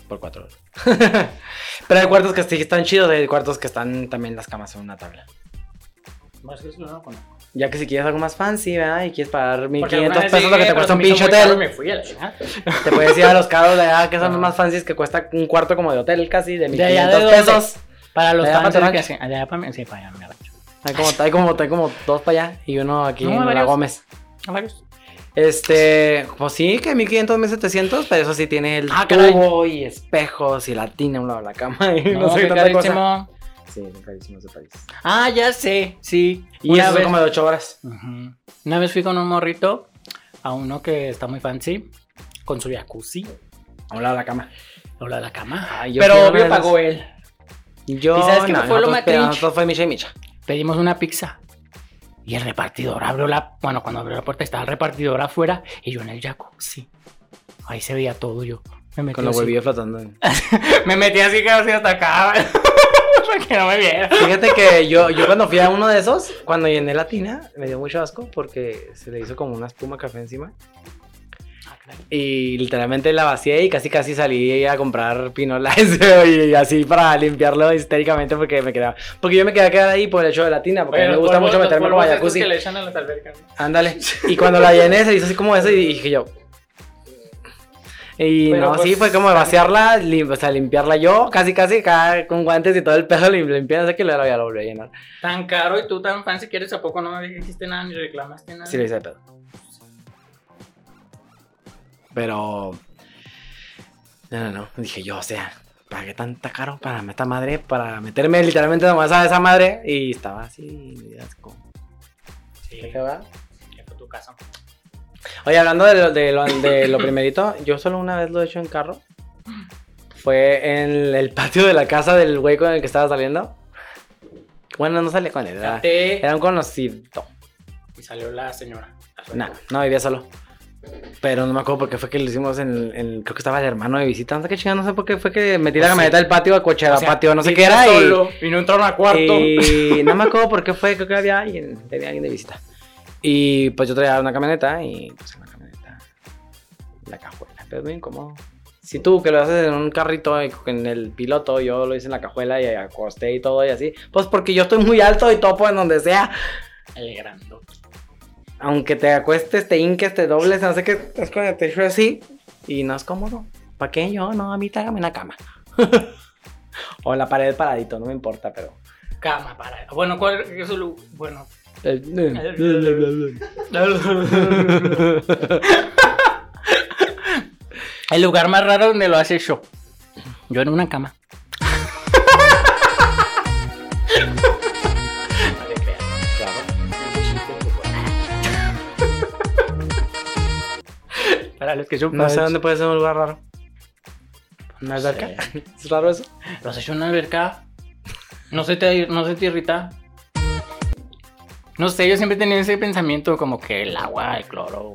Speaker 2: Por cuatro horas. Pero hay cuartos que sí están chidos. Hay cuartos que están también las camas en una tabla.
Speaker 1: Más que eso no lo conozco.
Speaker 2: Ya que si quieres algo más fancy, ¿verdad? Y quieres pagar
Speaker 1: Porque alguna
Speaker 2: 500
Speaker 1: vez
Speaker 2: pesos lo que
Speaker 1: llegué,
Speaker 2: te cuesta un
Speaker 1: pero se me hizo
Speaker 2: pinche
Speaker 1: muy caro
Speaker 2: hotel.
Speaker 1: y Me fui a la chingada.
Speaker 2: Te puedes ir a los cabos de allá, que son los
Speaker 1: No.
Speaker 2: más fancies, que cuesta un cuarto como de hotel casi, de
Speaker 1: ¿De allá
Speaker 2: 1500
Speaker 1: de dónde?
Speaker 2: pesos.
Speaker 1: Para los
Speaker 2: Allá para
Speaker 1: fans
Speaker 2: tu
Speaker 1: de
Speaker 2: rancho.
Speaker 1: que hacen- allá para mí, sí, para allá mi rancho.
Speaker 2: Hay como, hay como, hay como dos para allá y uno aquí
Speaker 1: No,
Speaker 2: en La
Speaker 1: varios.
Speaker 2: Gómez.
Speaker 1: A varios.
Speaker 2: Este, pues sí, que 1500, 1700, pero eso sí tiene el
Speaker 1: Ah, caray.
Speaker 2: tubo y espejos y la tina a un lado de la cama y no,
Speaker 1: No,
Speaker 2: sé
Speaker 1: qué
Speaker 2: qué tanta cosa.
Speaker 1: carísimo.
Speaker 2: Sí, bien carísimo ese país.
Speaker 1: Ah, ya sé, sí.
Speaker 2: Y eso son como de 8 horas.
Speaker 1: Ujú. Una vez fui con un morrito a uno que está muy fancy, con su jacuzzi,
Speaker 2: A un lado de la cama.
Speaker 1: o la de la cama.
Speaker 2: Ay, yo fui
Speaker 1: Pero
Speaker 2: una
Speaker 1: obvio
Speaker 2: vez.
Speaker 1: pagó él.
Speaker 2: Yo,
Speaker 1: ¿Y sabes qué fue lo
Speaker 2: nosotros
Speaker 1: más
Speaker 2: pe-
Speaker 1: cringe?
Speaker 2: Nosotros fue Micha y Micha.
Speaker 1: Pedimos una pizza. Y el repartidor abrió la. Bueno, cuando abrió la puerta estaba el repartidor afuera y yo en el jacuzzi. Ahí se veía todo yo. Me metí
Speaker 2: Con los
Speaker 1: así.
Speaker 2: huevillos flotando.
Speaker 1: Me metí así casi hasta acá. para que no me viera.
Speaker 2: Fíjate que yo, yo cuando fui a uno de esos, cuando llené la tina, me dio mucho asco porque se le hizo como una espuma café encima. Y literalmente la vacié y casi casi salí a comprar pinola ese, y así para limpiarlo histéricamente porque me quedaba. Porque yo me quedé a quedar ahí por el hecho de la tina, porque a mí me
Speaker 1: Pues,
Speaker 2: gusta mucho meterme como a jacuzzi.
Speaker 1: que le echan a las albercas.
Speaker 2: Ándale. Y cuando la llené se hizo así como eso y dije yo. Y
Speaker 1: Pero,
Speaker 2: no,
Speaker 1: pues,
Speaker 2: sí, fue como vaciarla, lim- o sea, limpiarla yo, casi casi acá con guantes y todo el pedo lim- limpiando, así que luego ya lo volví a llenar.
Speaker 1: Tan caro y tú tan fan si quieres, ¿a poco no me dijiste nada ni reclamaste nada?
Speaker 2: Sí, le hice de pedo. Pero. No, no, no. Dije yo, o sea, pagué tanta caro para esta madre, para meterme literalmente nomás a esa madre. Y estaba así, me dio asco.
Speaker 1: Sí,
Speaker 2: ¿Qué va?
Speaker 1: que fue tu casa.
Speaker 2: Oye, hablando de lo, de lo, de lo primerito, yo solo una vez lo he hecho en carro. Fue en el patio de la casa del güey con el que estaba saliendo. Bueno, no salía con él, era,
Speaker 1: Fíjate.
Speaker 2: era un conocido.
Speaker 1: Y salió la señora.
Speaker 2: No, no vivía solo. Pero no me acuerdo por qué fue que lo hicimos en, en- Creo que estaba el hermano de visita, no sé qué chingada, no sé por qué fue que metí la
Speaker 1: O
Speaker 2: camioneta
Speaker 1: sea,
Speaker 2: del patio a cochera
Speaker 1: o sea,
Speaker 2: patio, no sé qué era. Y,
Speaker 1: Solo. Y no entraron a cuarto.
Speaker 2: y no me acuerdo por qué fue, creo que había alguien, tenía alguien de visita. Y pues yo traía una camioneta y pues en la camioneta, la cajuela, pero bien incómodo. Si tú que lo haces en un carrito eh, en el piloto, yo lo hice en la cajuela y acosté y todo y así, pues porque yo estoy muy alto y topo en donde sea.
Speaker 1: El grandote.
Speaker 2: Aunque te acuestes, te hinques, te dobles, no sé qué, estás con el techo así y no es cómodo. ¿Para qué yo? No, a mí trágame una cama. o en la pared paradito, no me importa, pero...
Speaker 1: Cama para. Bueno, ¿cuál es su lu- Bueno. eh, El lugar más raro donde lo hace yo. Yo en una cama. Para los que son
Speaker 2: No sé
Speaker 1: fans.
Speaker 2: dónde puede ser un lugar raro. ¿Una alberca? ¿Es raro eso?
Speaker 1: Lo has hecho en una alberca. No se te, no se te irrita. No sé, yo siempre tenía ese pensamiento como que el agua, el cloro.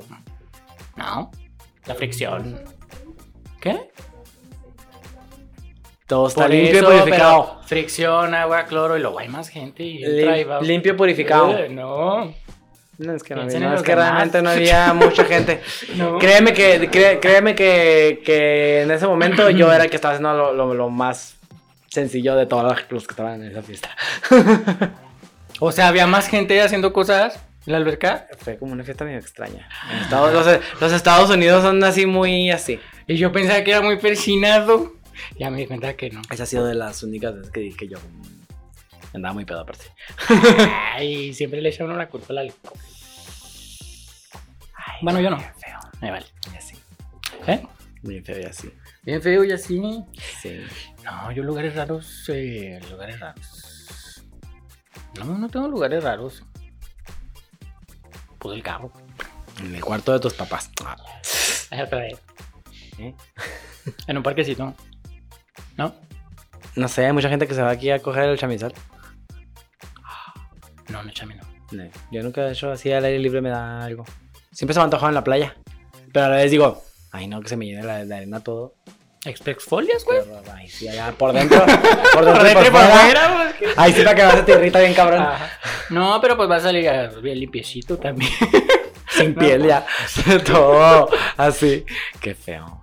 Speaker 1: No. La fricción. ¿Qué?
Speaker 2: Todo está
Speaker 1: Por
Speaker 2: limpio y
Speaker 1: eso,
Speaker 2: purificado.
Speaker 1: pero Fricción, agua, cloro y luego hay más gente y entra y va.
Speaker 2: Lim- Limpio y purificado.
Speaker 1: Eh, No.
Speaker 2: No, es que, no,
Speaker 1: Piensen
Speaker 2: había-
Speaker 1: en
Speaker 2: no, es
Speaker 1: los
Speaker 2: que
Speaker 1: demás.
Speaker 2: realmente no había mucha gente.
Speaker 1: No.
Speaker 2: Créeme que, cre- créeme que, que en ese momento yo era el que estaba haciendo lo, lo- lo más sencillo de todos los que estaban en esa fiesta.
Speaker 1: O sea, había más gente haciendo cosas en la alberca.
Speaker 2: Fue como una fiesta medio extraña. En Estados- los, los Estados Unidos son así muy así.
Speaker 1: Y yo pensaba que era muy persinado. Ya me di cuenta que no.
Speaker 2: Esa ha sido de las únicas veces que dije yo mm, andaba muy pedo aparte.
Speaker 1: Ay, siempre le echa uno la culpa al alcohol. Bueno, yo no. Me vale.
Speaker 2: Y así.
Speaker 1: ¿Eh?
Speaker 2: Muy feo y así.
Speaker 1: Bien feo y así.
Speaker 2: Sí.
Speaker 1: No, yo lugares raros, eh, lugares raros. No, no tengo lugares raros. Pues el carro.
Speaker 2: En el cuarto de tus papás. Ah,
Speaker 1: Ay, otra vez.
Speaker 2: ¿Eh?
Speaker 1: En un parquecito. ¿No?
Speaker 2: No sé, hay mucha gente que se va aquí a coger el chamizal.
Speaker 1: No, no, chame, no.
Speaker 2: No, yo nunca he hecho así al aire libre, me da algo. Siempre se me ha antojado en la playa. Pero a la vez digo, ay no, que se me llene la, la arena todo.
Speaker 1: ¿Exprexfolias, güey?
Speaker 2: Pero, ay, sí, allá por dentro. Por dentro, y
Speaker 1: Por
Speaker 2: por fuera.
Speaker 1: fuera, Ah. pues, que-
Speaker 2: Ay, sí, para que vas a te irrita bien cabrón.
Speaker 1: No, pero pues va a salir ah, bien limpiecito también.
Speaker 2: Sin piel ya. todo así. Qué feo.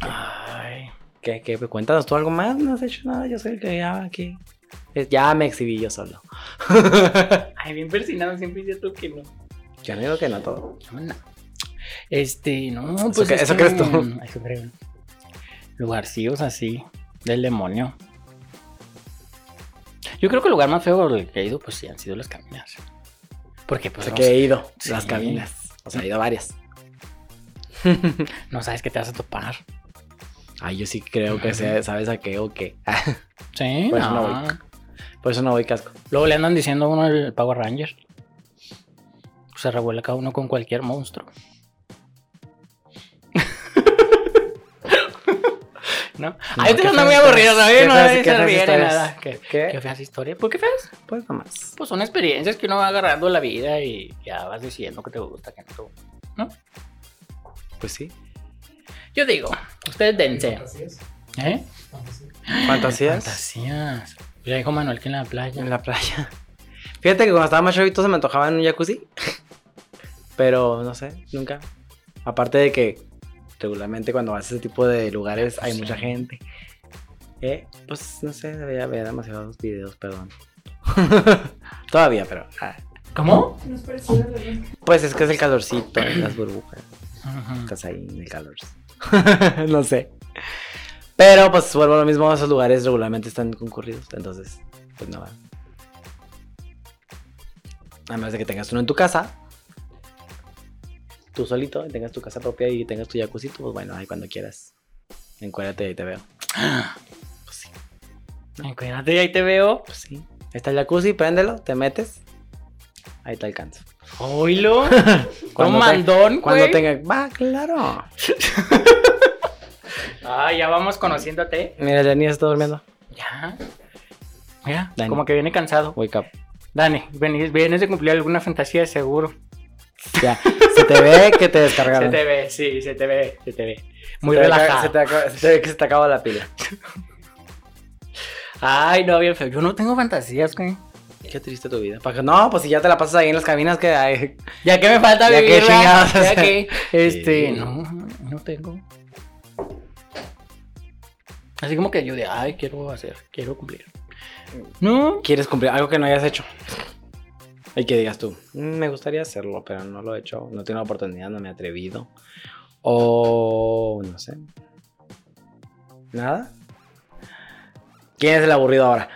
Speaker 1: Ay.
Speaker 2: ¿Qué, qué? Cuéntanos tú algo más, no has hecho nada, yo soy el que ya aquí. Eh, Ya me exhibí yo solo.
Speaker 1: Ay, bien persinado, siempre dices tú que no.
Speaker 2: Yo no digo que no todo.
Speaker 1: No, no. Este, no,
Speaker 2: Eso
Speaker 1: pues.
Speaker 2: que-
Speaker 1: es
Speaker 2: eso
Speaker 1: que-
Speaker 2: crees tú.
Speaker 1: Eso creo. Lugarcillos así, del demonio. Yo creo que el lugar más feo al que he ido, pues sí, han sido las caminatas. Porque,
Speaker 2: O
Speaker 1: pues,
Speaker 2: sea
Speaker 1: no,
Speaker 2: que he ido a las
Speaker 1: Sí.
Speaker 2: cabinas. O sea, he ido a varias.
Speaker 1: no sabes que te vas a topar.
Speaker 2: Ay, yo sí creo que sé- sabes a qué o qué.
Speaker 1: Sí,
Speaker 2: Pues
Speaker 1: no.
Speaker 2: no voy. Por eso no voy casco.
Speaker 1: Luego le andan diciendo a uno el Power Ranger. Se revuelve cada uno con cualquier monstruo. ¿No? Ay,
Speaker 2: qué
Speaker 1: ustedes andan muy
Speaker 2: feas
Speaker 1: aburridos,
Speaker 2: historias.
Speaker 1: ¿sabes?
Speaker 2: Qué
Speaker 1: No
Speaker 2: feas-
Speaker 1: nadie
Speaker 2: qué
Speaker 1: se
Speaker 2: feas
Speaker 1: ríe ni
Speaker 2: historias.
Speaker 1: nada. ¿Qué,
Speaker 2: ¿Qué?
Speaker 1: qué feas historias. ¿Por qué feas?
Speaker 2: Pues nomás.
Speaker 1: Pues son experiencias que uno va agarrando la vida y ya vas diciendo que te gusta, que no te gusta.
Speaker 2: Pues sí.
Speaker 1: Yo digo, ustedes dense.
Speaker 3: Fantasías.
Speaker 1: ¿Eh?
Speaker 3: fantasías.
Speaker 2: Fantasías.
Speaker 1: Fantasías. Ya dijo Manuel que en la playa.
Speaker 2: En la playa. Fíjate que cuando estaba más chavito se me antojaba en un jacuzzi. Pero no sé, nunca. Aparte de que regularmente cuando vas a ese tipo de lugares hay
Speaker 1: Sí.
Speaker 2: mucha gente. Eh, pues no sé, veía, veía demasiados videos, perdón. Todavía, pero. ah.
Speaker 1: ¿Cómo?
Speaker 4: Nos pareció la verdad.
Speaker 2: Pues es que es el calorcito, las burbujas.
Speaker 1: Ujú.
Speaker 2: Estás ahí en el calor. no sé. Pero pues vuelvo a lo mismo, esos lugares regularmente están concurridos, entonces pues no va. A menos de que tengas uno en tu casa, tú solito, y tengas tu casa propia y tengas tu jacuzzi, pues bueno, ahí cuando quieras. Encuérdate y te veo. Pues sí,
Speaker 1: Cuídate, ahí te veo.
Speaker 2: pues sí. Ahí Está el jacuzzi, préndelo, te metes. Ahí te alcanzo.
Speaker 1: Oilo. Con
Speaker 2: Cuando te-
Speaker 1: mandón,
Speaker 2: Cuando
Speaker 1: güey.
Speaker 2: tenga... Va, claro.
Speaker 1: Ah, ya vamos conociéndote.
Speaker 2: Mira, Dani está durmiendo.
Speaker 1: Ya. Mira,
Speaker 2: Dani.
Speaker 1: como que viene cansado.
Speaker 2: Wake up.
Speaker 1: Dani, ven- vienes de cumplir alguna fantasía de seguro.
Speaker 2: Ya, se te ve que te
Speaker 1: Se
Speaker 2: descargaron.
Speaker 1: te ve, sí, se te ve, se te ve. Muy
Speaker 2: Se te ve que-
Speaker 1: relajado.
Speaker 2: Se te, acaba- se te ve que se te acaba la pila.
Speaker 1: Ay, no, bien feo. Yo no tengo fantasías, güey.
Speaker 2: Qué triste tu vida. Paja. No, pues si ya te la pasas ahí en las cabinas que hay.
Speaker 1: Ya que me falta
Speaker 2: Ya que
Speaker 1: vivir, ¿verdad?
Speaker 2: chingados.
Speaker 1: Ya que, este,
Speaker 2: Sí.
Speaker 1: no, no tengo. Así como que yo de, ay, quiero hacer, quiero cumplir. No,
Speaker 2: Quieres cumplir algo que no hayas hecho. Y que digas tú, "Mm, me gustaría hacerlo, pero no lo he hecho. No tengo la oportunidad, no me he atrevido. O no sé. ¿Nada? ¿Quién es el aburrido ahora?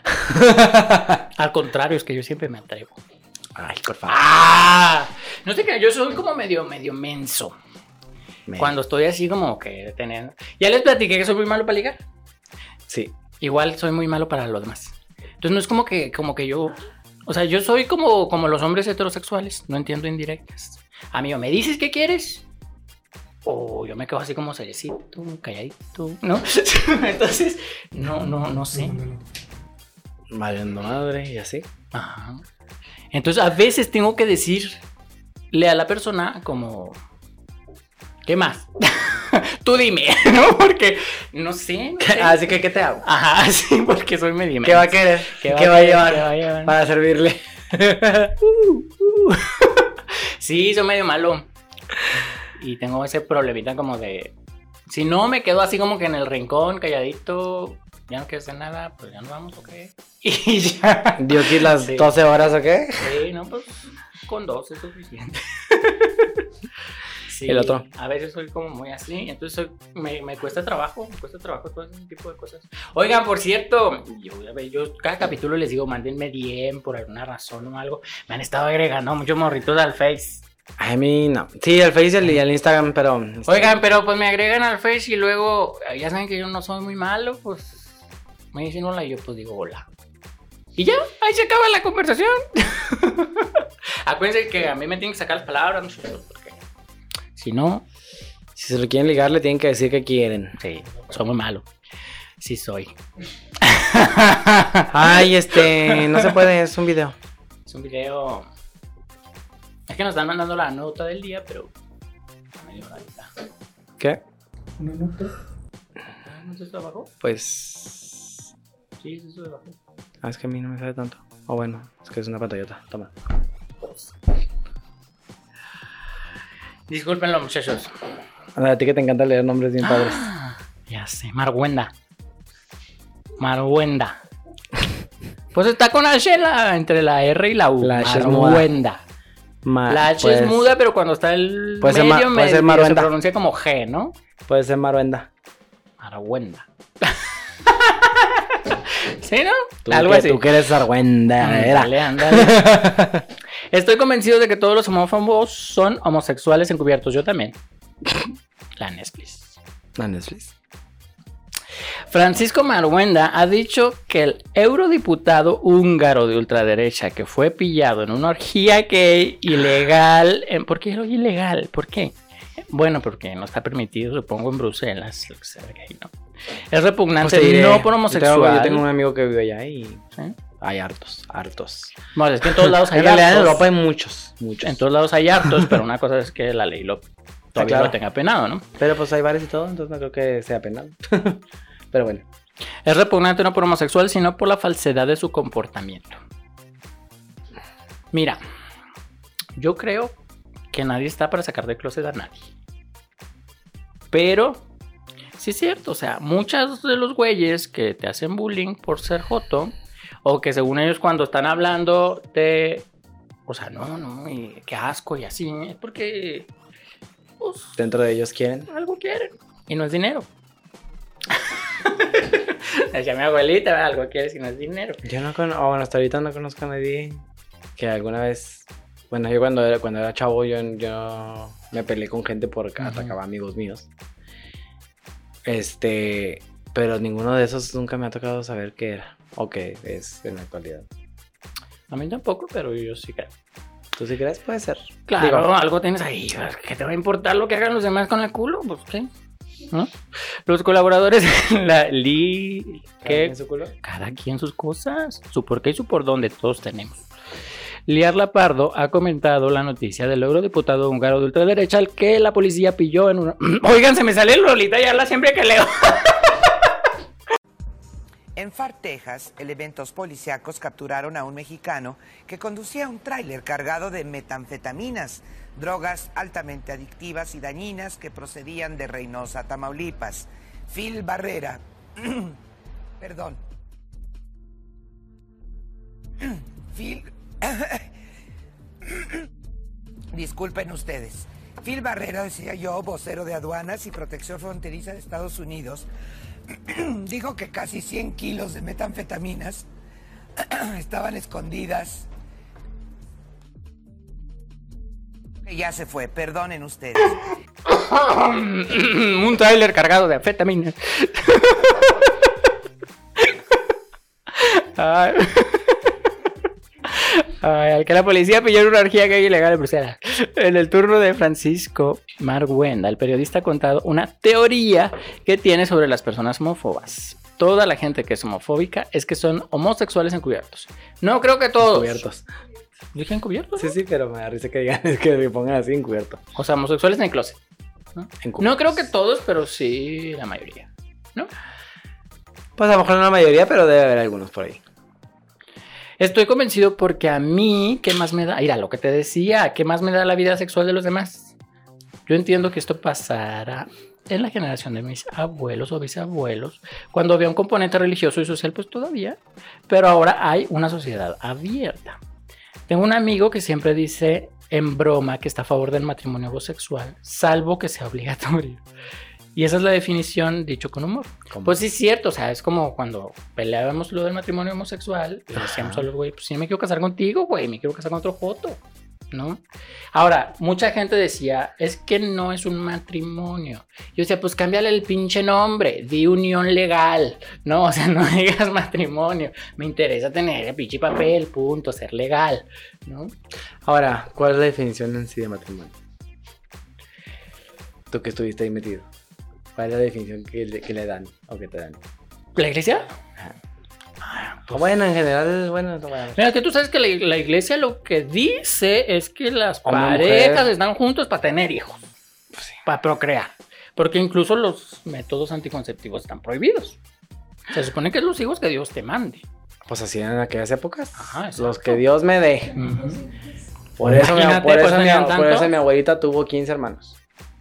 Speaker 1: al contrario, es que yo siempre me atrevo.
Speaker 2: Ay, por favor.
Speaker 1: ¡Ah! No sé qué, yo soy como medio, medio menso.
Speaker 2: Me-
Speaker 1: Cuando estoy así como que teniendo... Ya les platiqué que soy muy malo para ligar.
Speaker 2: Sí.
Speaker 1: Igual soy muy malo para lo demás. Entonces no es como que, como que yo... O sea, yo soy como, como los hombres heterosexuales. No entiendo indirectas. Amigo, ¿me dices qué quieres? O yo me quedo así como seriecito, calladito, ¿no? Entonces, no, no, no sé.
Speaker 3: Mándalo.
Speaker 2: Valiendo madre y así.
Speaker 1: Ajá. Entonces, a veces tengo que decirle a la persona como, ¿qué más? Tú dime, ¿no? Porque, no sé. no sé.
Speaker 2: Así que, ¿qué te hago?
Speaker 1: Ajá, sí, porque soy medio
Speaker 2: ¿Qué va a
Speaker 1: menso.
Speaker 2: querer? ¿Qué va, a
Speaker 1: querer?
Speaker 2: llevar?
Speaker 1: ¿Qué va a llevar?
Speaker 2: Para servirle.
Speaker 1: Sí, soy medio malo. Y tengo ese problemita como de, si no me quedo así como que en el rincón, calladito, ya no quiero hacer nada, pues ya nos vamos, ¿ok? Y ya.
Speaker 2: Dios, ¿y las
Speaker 1: Sí.
Speaker 2: 12 horas o qué?
Speaker 1: Sí, no, pues con dos es suficiente. Sí,
Speaker 2: El otro.
Speaker 1: A veces soy como muy así, entonces soy- me, me cuesta trabajo, me cuesta trabajo todo ese tipo de cosas. Oigan, por cierto, yo, ya ve, yo cada capítulo les digo, mándenme DM por alguna razón o algo. Me han estado agregando muchos morritos al Face.
Speaker 2: A mí no. Sí, el Face y el, y el Instagram, pero. este,
Speaker 1: Oigan, pero pues me agregan al Face y luego, eh, ya saben que yo no soy muy malo, pues me dicen hola y yo pues digo hola. Y ya, ahí se acaba la conversación. Acuérdense que a mí me tienen que sacar las palabras, muchachos, porque si no,
Speaker 2: Si se lo quieren ligar, le tienen que decir que quieren.
Speaker 1: sí, soy muy malo. Sí soy.
Speaker 2: Ay, este. No se puede, es un video.
Speaker 1: Es un video... Es que nos están mandando la nota del día, pero... a medio hora ahorita.
Speaker 2: ¿Qué?
Speaker 3: Una nota.
Speaker 1: Ah, ¿No es esto de abajo?
Speaker 2: Pues.
Speaker 1: Sí, es esto de abajo.
Speaker 2: ah, es que a mí no me sale tanto. O bueno, es que es una pantallota. Toma.
Speaker 1: Disculpenlo, muchachos. Ah,
Speaker 2: A ti que te encanta leer nombres bien padres.
Speaker 1: Ya sé, Marguenda. Marguenda. Pues está con H en la- entre la R y la U.
Speaker 2: La H es muda.
Speaker 1: Marguenda.
Speaker 2: Ma-
Speaker 1: La H es
Speaker 2: pues,
Speaker 1: muda, pero cuando está el
Speaker 2: puede ser
Speaker 1: medio,
Speaker 2: ma- pues puede
Speaker 1: me-
Speaker 2: ser
Speaker 1: medio se
Speaker 2: Marguenda.
Speaker 1: pronuncia como G, ¿no?
Speaker 2: Puede ser Maruenda.
Speaker 1: Marguenda. ¿Sí, no?
Speaker 2: Tú
Speaker 1: Algo
Speaker 2: que-
Speaker 1: así.
Speaker 2: Tú que eres Argüenda, era.
Speaker 1: Ándale, ándale. Estoy convencido de que todos los homófobos son homosexuales encubiertos. Yo también. La Netflix.
Speaker 2: La Netflix.
Speaker 1: Francisco Marhuenda ha dicho que el eurodiputado húngaro de ultraderecha que fue pillado en una orgía gay ilegal. en- ¿Por qué era ilegal? ¿Por qué? Bueno, porque no está permitido, supongo, en Bruselas. lo que sea gay, ¿no? Es repugnante,
Speaker 2: Pues te diré,
Speaker 1: no por
Speaker 2: Yo
Speaker 1: homosexual.
Speaker 2: tengo, yo tengo un amigo que vive allá y
Speaker 1: ¿sí?
Speaker 2: hay hartos, hartos.
Speaker 1: Bueno, es que en todos lados hay
Speaker 2: en realidad en
Speaker 1: hartos.
Speaker 2: Europa hay muchos, muchos.
Speaker 1: En todos lados hay hartos, pero una cosa es que la ley lo todavía
Speaker 2: Ah, claro.
Speaker 1: lo tenga penado, ¿no?
Speaker 2: Pero pues hay bares y todo, entonces no creo que sea penal. Pero bueno,
Speaker 1: Es repugnante no por homosexual, sino por la falsedad de su comportamiento. Mira, yo creo que nadie está para sacar de closet a nadie. Pero, sí es cierto, o sea, muchos de los güeyes que te hacen bullying por ser joto, o que según ellos cuando están hablando te... O sea, no, no, y qué asco y así, es porque... pues,
Speaker 2: dentro de ellos quieren.
Speaker 1: algo quieren. Y no es dinero. Decía mi abuelita, "Ah, algo quieres y no es dinero.
Speaker 2: Yo no conozco, bueno, hasta ahorita no conozco a nadie que alguna vez. Bueno, yo cuando era, cuando era chavo, yo, yo me peleé con gente por que
Speaker 1: Ujú.
Speaker 2: atacaba amigos míos. Este. Pero ninguno de esos nunca me ha tocado saber qué era o qué es en la actualidad.
Speaker 1: A mí tampoco, pero yo sí creo.
Speaker 2: ¿Tú sí crees? Puede ser.
Speaker 1: Claro,
Speaker 2: Digo,
Speaker 1: algo tienes ahí. ¿Qué te va a importar lo que hagan los demás con el culo? Pues qué. ¿No? Los colaboradores en la li... ¿qué?
Speaker 2: ¿En su culo?
Speaker 1: Cada quien sus cosas, su por qué y su por dónde, todos tenemos. Liarla Pardo ha comentado la noticia del eurodiputado húngaro de ultraderecha al que la policía pilló en una... Oigan, se me sale el Lolita y habla siempre que leo.
Speaker 4: En Far, Texas, elementos policíacos capturaron a un mexicano que conducía un tráiler cargado de metanfetaminas, drogas altamente adictivas y dañinas que procedían de Reynosa, Tamaulipas. Phil Barrera, perdón. Phil, Disculpen ustedes. Phil Barrera, decía yo, vocero de aduanas y protección fronteriza de Estados Unidos, dijo que casi 100 kilos de metanfetaminas estaban escondidas. Que Ya se fue, perdonen ustedes.
Speaker 1: un tráiler cargado de anfetaminas. Ay. Ay, al que la policía pilló en una orgía gay ilegal en Bruselas. En el turno de Francisco Marguenda, el periodista ha contado una teoría que tiene sobre las personas homófobas. Toda la gente que es homofóbica es que son homosexuales encubiertos. No creo que todos.
Speaker 2: Cubiertos.
Speaker 1: ¿Dije encubiertos?
Speaker 2: Sí, sí, pero me da risa que digan que me pongan así encubierto.
Speaker 1: O sea, homosexuales en el closet. No creo que todos, pero sí la mayoría.
Speaker 2: Pues a lo mejor no la mayoría, pero debe haber algunos por ahí.
Speaker 1: Estoy convencido porque a mí, ¿qué más me da? Mira, lo que te decía, ¿qué más me da la vida sexual de los demás? Yo entiendo que esto pasará en la generación de mis abuelos o bisabuelos, cuando había un componente religioso y social, pues todavía, pero ahora hay una sociedad abierta. Tengo un amigo que siempre dice en broma que está a favor del matrimonio homosexual, salvo que sea obligatorio. Y esa es la definición dicho con humor.
Speaker 2: Como-
Speaker 1: Pues sí, es cierto, o sea, es como cuando peleábamos lo del matrimonio homosexual y decíamos a los güey, pues sí me quiero casar contigo, güey, me quiero casar con otro joto, ¿no? Ahora, mucha gente decía, es que no es un matrimonio. Yo decía, pues cámbiale el pinche nombre, di unión legal, ¿no? O sea, no digas matrimonio, me interesa tener el pinche papel, punto, ser legal, ¿no?
Speaker 2: Ahora, ¿cuál es la definición en sí de matrimonio? Tú que estuviste ahí metido. ¿Cuál es la definición que le, que le dan o que te dan?
Speaker 1: ¿La iglesia?
Speaker 2: O bueno, en general, bueno, no, bueno.
Speaker 1: Mira, que tú sabes que la, la iglesia lo que dice es que las
Speaker 2: Hombre,
Speaker 1: parejas
Speaker 2: mujer. Pues
Speaker 1: están juntos para tener hijos, para procrear, porque incluso los métodos anticonceptivos están prohibidos. Se supone que es los hijos que Dios te mande.
Speaker 2: Pues así eran en aquellas épocas.
Speaker 1: Ajá, exacto.
Speaker 2: Los que Dios me dé. Por eso, mi,
Speaker 1: Imagínate,
Speaker 2: por
Speaker 1: pues,
Speaker 2: eso mi-
Speaker 1: tenían
Speaker 2: por eso
Speaker 1: tanto.
Speaker 2: mi abuelita tuvo 15 hermanos.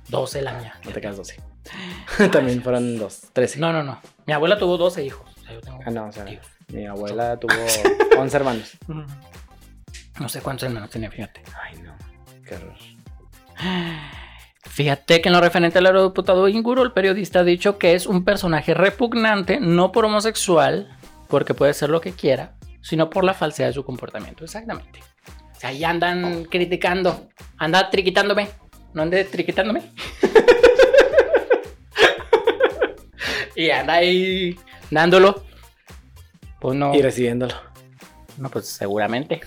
Speaker 1: 12 la mía.
Speaker 2: No te quedas 12. También fueron dos, trece.
Speaker 1: No, no, no. Mi abuela tuvo 12 hijos. O sea, yo tengo
Speaker 2: Ah, no, o sea,
Speaker 1: tíos.
Speaker 2: mi abuela tuvo 11 hermanos.
Speaker 1: Mm. No sé cuántos hermanos tenía, fíjate.
Speaker 2: Ay, no, qué horror.
Speaker 1: Fíjate que en lo referente al eurodiputado Inguro, el periodista ha dicho que es un personaje repugnante, no por homosexual, porque puede ser lo que quiera, sino por la falsedad de su comportamiento. Exactamente. O sea, ahí andan criticando, anda triquitándome, no ande triquitándome. y anda ahí dándolo. Pues no.
Speaker 2: Y recibiéndolo.
Speaker 1: No, pues seguramente.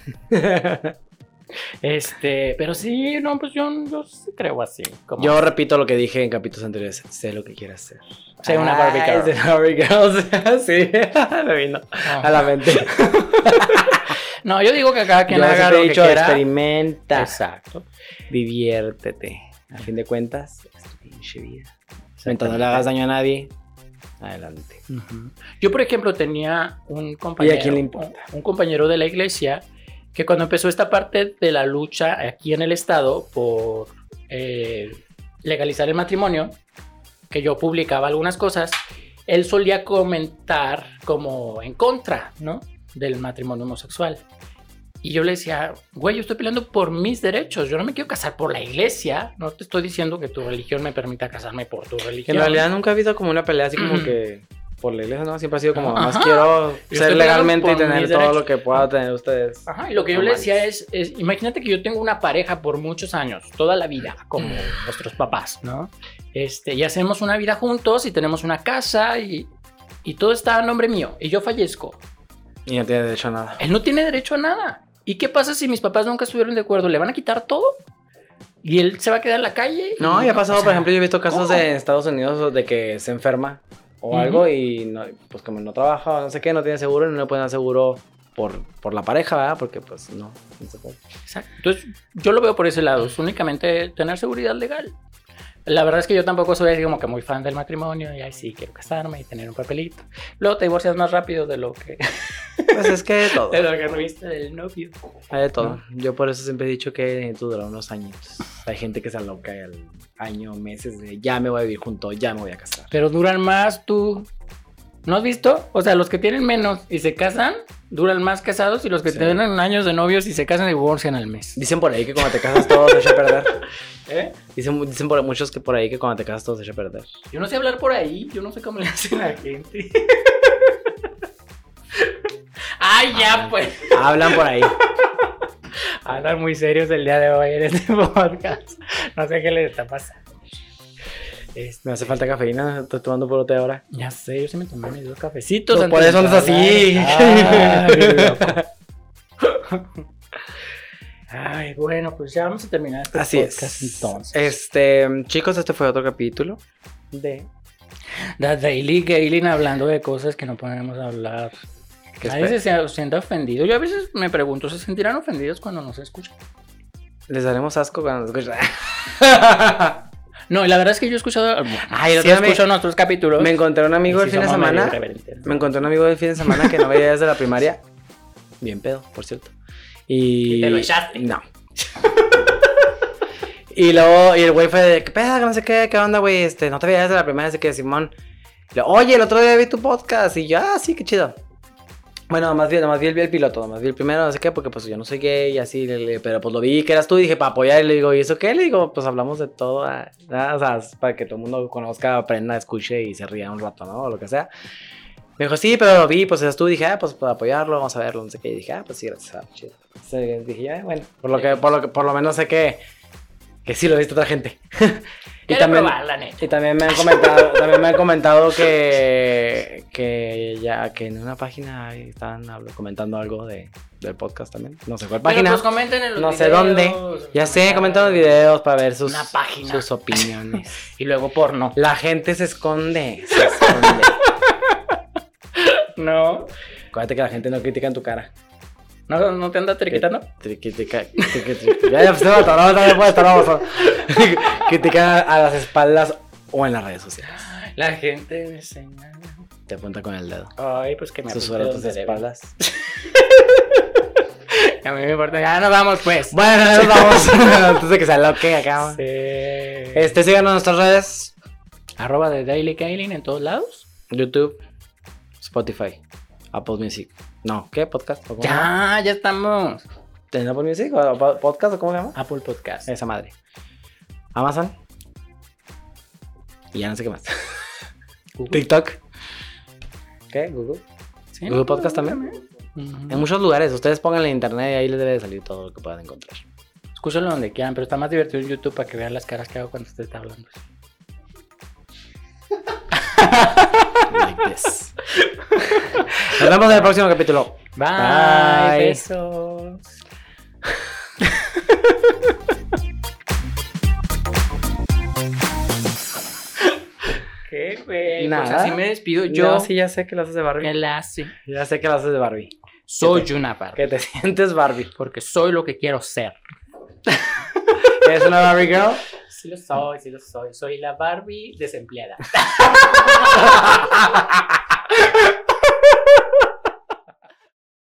Speaker 1: este, pero sí, no, pues yo, yo sí creo así. Como
Speaker 2: Yo repito lo que dije en capítulos anteriores. Sé lo que quieras hacer.
Speaker 1: Sé una Barbie
Speaker 2: Ay,
Speaker 1: girl.
Speaker 2: sé una Ah, Barbie girl. sí, me vino
Speaker 1: Ajá.
Speaker 2: a la mente.
Speaker 1: No, yo digo que cada quien
Speaker 2: Yo
Speaker 1: haga
Speaker 2: siempre
Speaker 1: lo
Speaker 2: he
Speaker 1: que
Speaker 2: dicho,
Speaker 1: quiera.
Speaker 2: experimenta,
Speaker 1: Exacto.
Speaker 2: diviértete. A fin de cuentas, es tu pinche vida. Mientras no le hagas daño a nadie, adelante.
Speaker 1: Ujú. Yo, por ejemplo, tenía un compañero.
Speaker 2: quién le importa?
Speaker 1: Un compañero de la iglesia que cuando empezó esta parte de la lucha aquí en el estado por eh, legalizar el matrimonio, que yo publicaba algunas cosas, él solía comentar como en contra, ¿no? Del matrimonio homosexual. Y yo le decía, güey, yo estoy peleando por mis derechos, yo no me quiero casar por la iglesia, no te estoy diciendo que tu religión me permita casarme por tu
Speaker 2: Que
Speaker 1: religión.
Speaker 2: en realidad nunca ha habido como una pelea así como
Speaker 1: Ujú.
Speaker 2: que por la iglesia, ¿no? Siempre ha sido como,
Speaker 1: Ajá.
Speaker 2: más quiero
Speaker 1: estoy
Speaker 2: ser legalmente y
Speaker 1: peleando por
Speaker 2: tener
Speaker 1: mis
Speaker 2: todo
Speaker 1: derechos.
Speaker 2: lo que pueda tener ustedes.
Speaker 1: Ajá, y lo que yo
Speaker 2: No
Speaker 1: le
Speaker 2: manches.
Speaker 1: decía es, es, imagínate que yo tengo una pareja por muchos años, toda la vida, como
Speaker 2: Mm.
Speaker 1: nuestros papás, ¿no? Este, y hacemos una vida juntos y tenemos una casa y, y todo está a nombre mío y yo fallezco.
Speaker 2: Y no tiene derecho a nada.
Speaker 1: Él no tiene derecho a nada. ¿Y qué pasa si mis papás nunca estuvieron de acuerdo? ¿Le van a quitar todo? ¿Y él se va a quedar en la calle?
Speaker 2: No, y ha pasado,
Speaker 1: o sea,
Speaker 2: por ejemplo, yo he visto casos
Speaker 1: ¿cómo?
Speaker 2: de Estados Unidos de que se enferma o
Speaker 1: Ujú.
Speaker 2: algo y no- pues como no trabaja o no sé qué, no tiene seguro y no le pueden dar seguro por, por la pareja, ¿verdad? Porque pues no, no se puede.
Speaker 1: Exacto. Entonces, yo lo veo por ese lado, es únicamente tener seguridad legal. La verdad es que yo tampoco soy así como que muy fan del matrimonio y ay, sí, quiero casarme y tener un papelito. Luego te divorcias más rápido de lo que,
Speaker 2: Pues es que de todo,
Speaker 1: de lo que tuviste del novio.
Speaker 2: hay de todo. Yo por eso siempre he dicho que necesito durar unos añitos. Hay gente que se aloca al año, meses de ya me voy a vivir junto, ya me voy a casar.
Speaker 1: Pero duran más tú. ¿No has visto? O sea, los que tienen menos y se casan, duran más casados y los que
Speaker 2: Sí.
Speaker 1: tienen años de novios y se casan y divorcian al mes.
Speaker 2: Dicen por ahí que cuando te casas todo se echa a perder. Dicen, dicen por muchos que por ahí que cuando te casas todo se echa a perder.
Speaker 1: Yo no sé hablar por ahí, yo no sé cómo le hacen a la gente. Ay, ya pues.
Speaker 2: Hablan por ahí.
Speaker 1: Hablan muy serios el día de hoy en este podcast. No sé qué les está pasando.
Speaker 2: Me hace falta cafeína, estoy tomando por té ahora.
Speaker 1: Ya sé, yo sí me tomé mis dos cafecitos.
Speaker 2: No,
Speaker 1: antes
Speaker 2: por
Speaker 1: de
Speaker 2: eso andas así.
Speaker 1: hablar. Ay, loco. Ay, bueno, pues ya vamos a terminar este
Speaker 2: Así
Speaker 1: podcast
Speaker 2: es.
Speaker 1: entonces.
Speaker 2: Este, chicos, este fue otro capítulo de
Speaker 1: The Daily Galen hablando de cosas que no podemos hablar.
Speaker 2: ¿Qué
Speaker 1: Nadie
Speaker 2: espe-
Speaker 1: se sea- sienta ofendido. Yo a veces me pregunto, ¿se sentirán ofendidos cuando nos escuchan?
Speaker 2: les daremos asco cuando nos escuchen.
Speaker 1: No, y la verdad es que yo he escuchado.
Speaker 2: Ay,
Speaker 1: Ay,
Speaker 2: el
Speaker 1: yo
Speaker 2: otro día me-
Speaker 1: escucho nuestros capítulos.
Speaker 2: Me encontré un amigo
Speaker 1: Y
Speaker 2: el
Speaker 1: sí
Speaker 2: fin de
Speaker 1: somos medio
Speaker 2: semana.
Speaker 1: irreverentes, ¿no?
Speaker 2: Me encontré un amigo el fin de semana que no veía desde la primaria. Bien pedo, por cierto. Y.
Speaker 1: ¿Y te lo echaste?
Speaker 2: No. y luego, y el güey fue de, ¿qué pedo? Que No sé qué, ¿qué onda, güey? Este, no te veía desde la primaria, así que Simón. Y luego, Oye, el otro día vi tu podcast. Y yo, ah, sí, qué chido. Bueno, nomás vi, nomás vi el, vi el piloto, nomás vi el primero, no sé qué, porque pues yo no soy gay y así, le- le- pero pues lo vi que eras tú y dije, para apoyar, y le digo, ¿y eso qué? Le digo, pues hablamos de todo, ah, ah, o sea, es para que todo el mundo conozca, aprenda, escuche y se ría un rato, ¿no? O lo que sea. Me dijo, sí, pero lo vi, pues eras tú, y dije, ah, pues para apoyarlo, vamos a verlo, no sé qué, y dije, ah, pues sí, gracias, ah, chido. Entonces, dije, ya, bueno, por lo, que, por, lo que, por lo menos sé que, que sí lo viste otra gente.
Speaker 1: Quiero probar, la neta.
Speaker 2: Y también me han comentado, también me han comentado que, que ya que en una página ahí estaban hablo- comentando algo de, del podcast también. No sé cuál página.
Speaker 1: Pero, pues, comenten en los
Speaker 2: no sé
Speaker 1: videos,
Speaker 2: dónde. Ya sé,
Speaker 1: comenten-
Speaker 2: comentan los videos para ver sus,
Speaker 1: Una página.
Speaker 2: sus opiniones.
Speaker 1: Y luego porno.
Speaker 2: La gente se esconde. Se esconde.
Speaker 1: No.
Speaker 2: Acuérdate que la gente no critica en tu cara.
Speaker 1: ¿No, no te anda triquitando?
Speaker 2: Tri- Critica, critica- tri- ya, ya, pues, se me atoró, también puede atorar, vamos a- Critica a las espaldas o en las redes sociales.
Speaker 1: La gente me señala.
Speaker 2: Te apunta con el dedo.
Speaker 1: Ay, pues que me
Speaker 2: Susurra
Speaker 1: apunte
Speaker 2: tus
Speaker 1: donde debe.
Speaker 2: espaldas.
Speaker 1: A mí me importa. Ya nos vamos, pues.
Speaker 2: Bueno, ya nos vamos. Antes de que se aloque acá.
Speaker 1: Sí.
Speaker 2: Este, síganos en nuestras redes.
Speaker 1: Eh, Arroba de Daily Kailin en todos lados.
Speaker 2: YouTube, Spotify, Apple Music. No, ¿qué? ¿Podcast? ¿O cómo se llama?
Speaker 1: Ya, ya estamos.
Speaker 2: ¿En Apple Music? ¿O po- ¿Podcast? ¿O cómo se llama?
Speaker 1: Apple Podcast.
Speaker 2: Esa madre. Amazon. Y ya no sé qué más.
Speaker 1: Google.
Speaker 2: TikTok. ¿Qué? Google.
Speaker 1: Sí,
Speaker 2: Google Podcast también. En
Speaker 1: Ujú.
Speaker 2: muchos lugares. Ustedes pongan en internet y ahí les debe de salir todo lo que puedan encontrar.
Speaker 1: Escúchalo donde quieran, pero está más divertido en YouTube para que vean las caras que hago cuando usted está hablando.
Speaker 2: Like this. Nos vemos en el próximo capítulo.
Speaker 1: Bye.
Speaker 2: Bye.
Speaker 1: Besos. ¿Qué, güey? Pues
Speaker 2: Nada.
Speaker 1: así me despido yo.
Speaker 2: Yo sí ya sé que lo haces de Barbie.
Speaker 1: me la hace.
Speaker 2: Ya sé que lo haces de Barbie.
Speaker 1: Soy una Barbie.
Speaker 2: Que te sientes Barbie.
Speaker 1: Porque soy lo que quiero ser.
Speaker 2: ¿Eres una Barbie girl?
Speaker 1: Sí lo soy, sí lo soy. Soy la Barbie desempleada.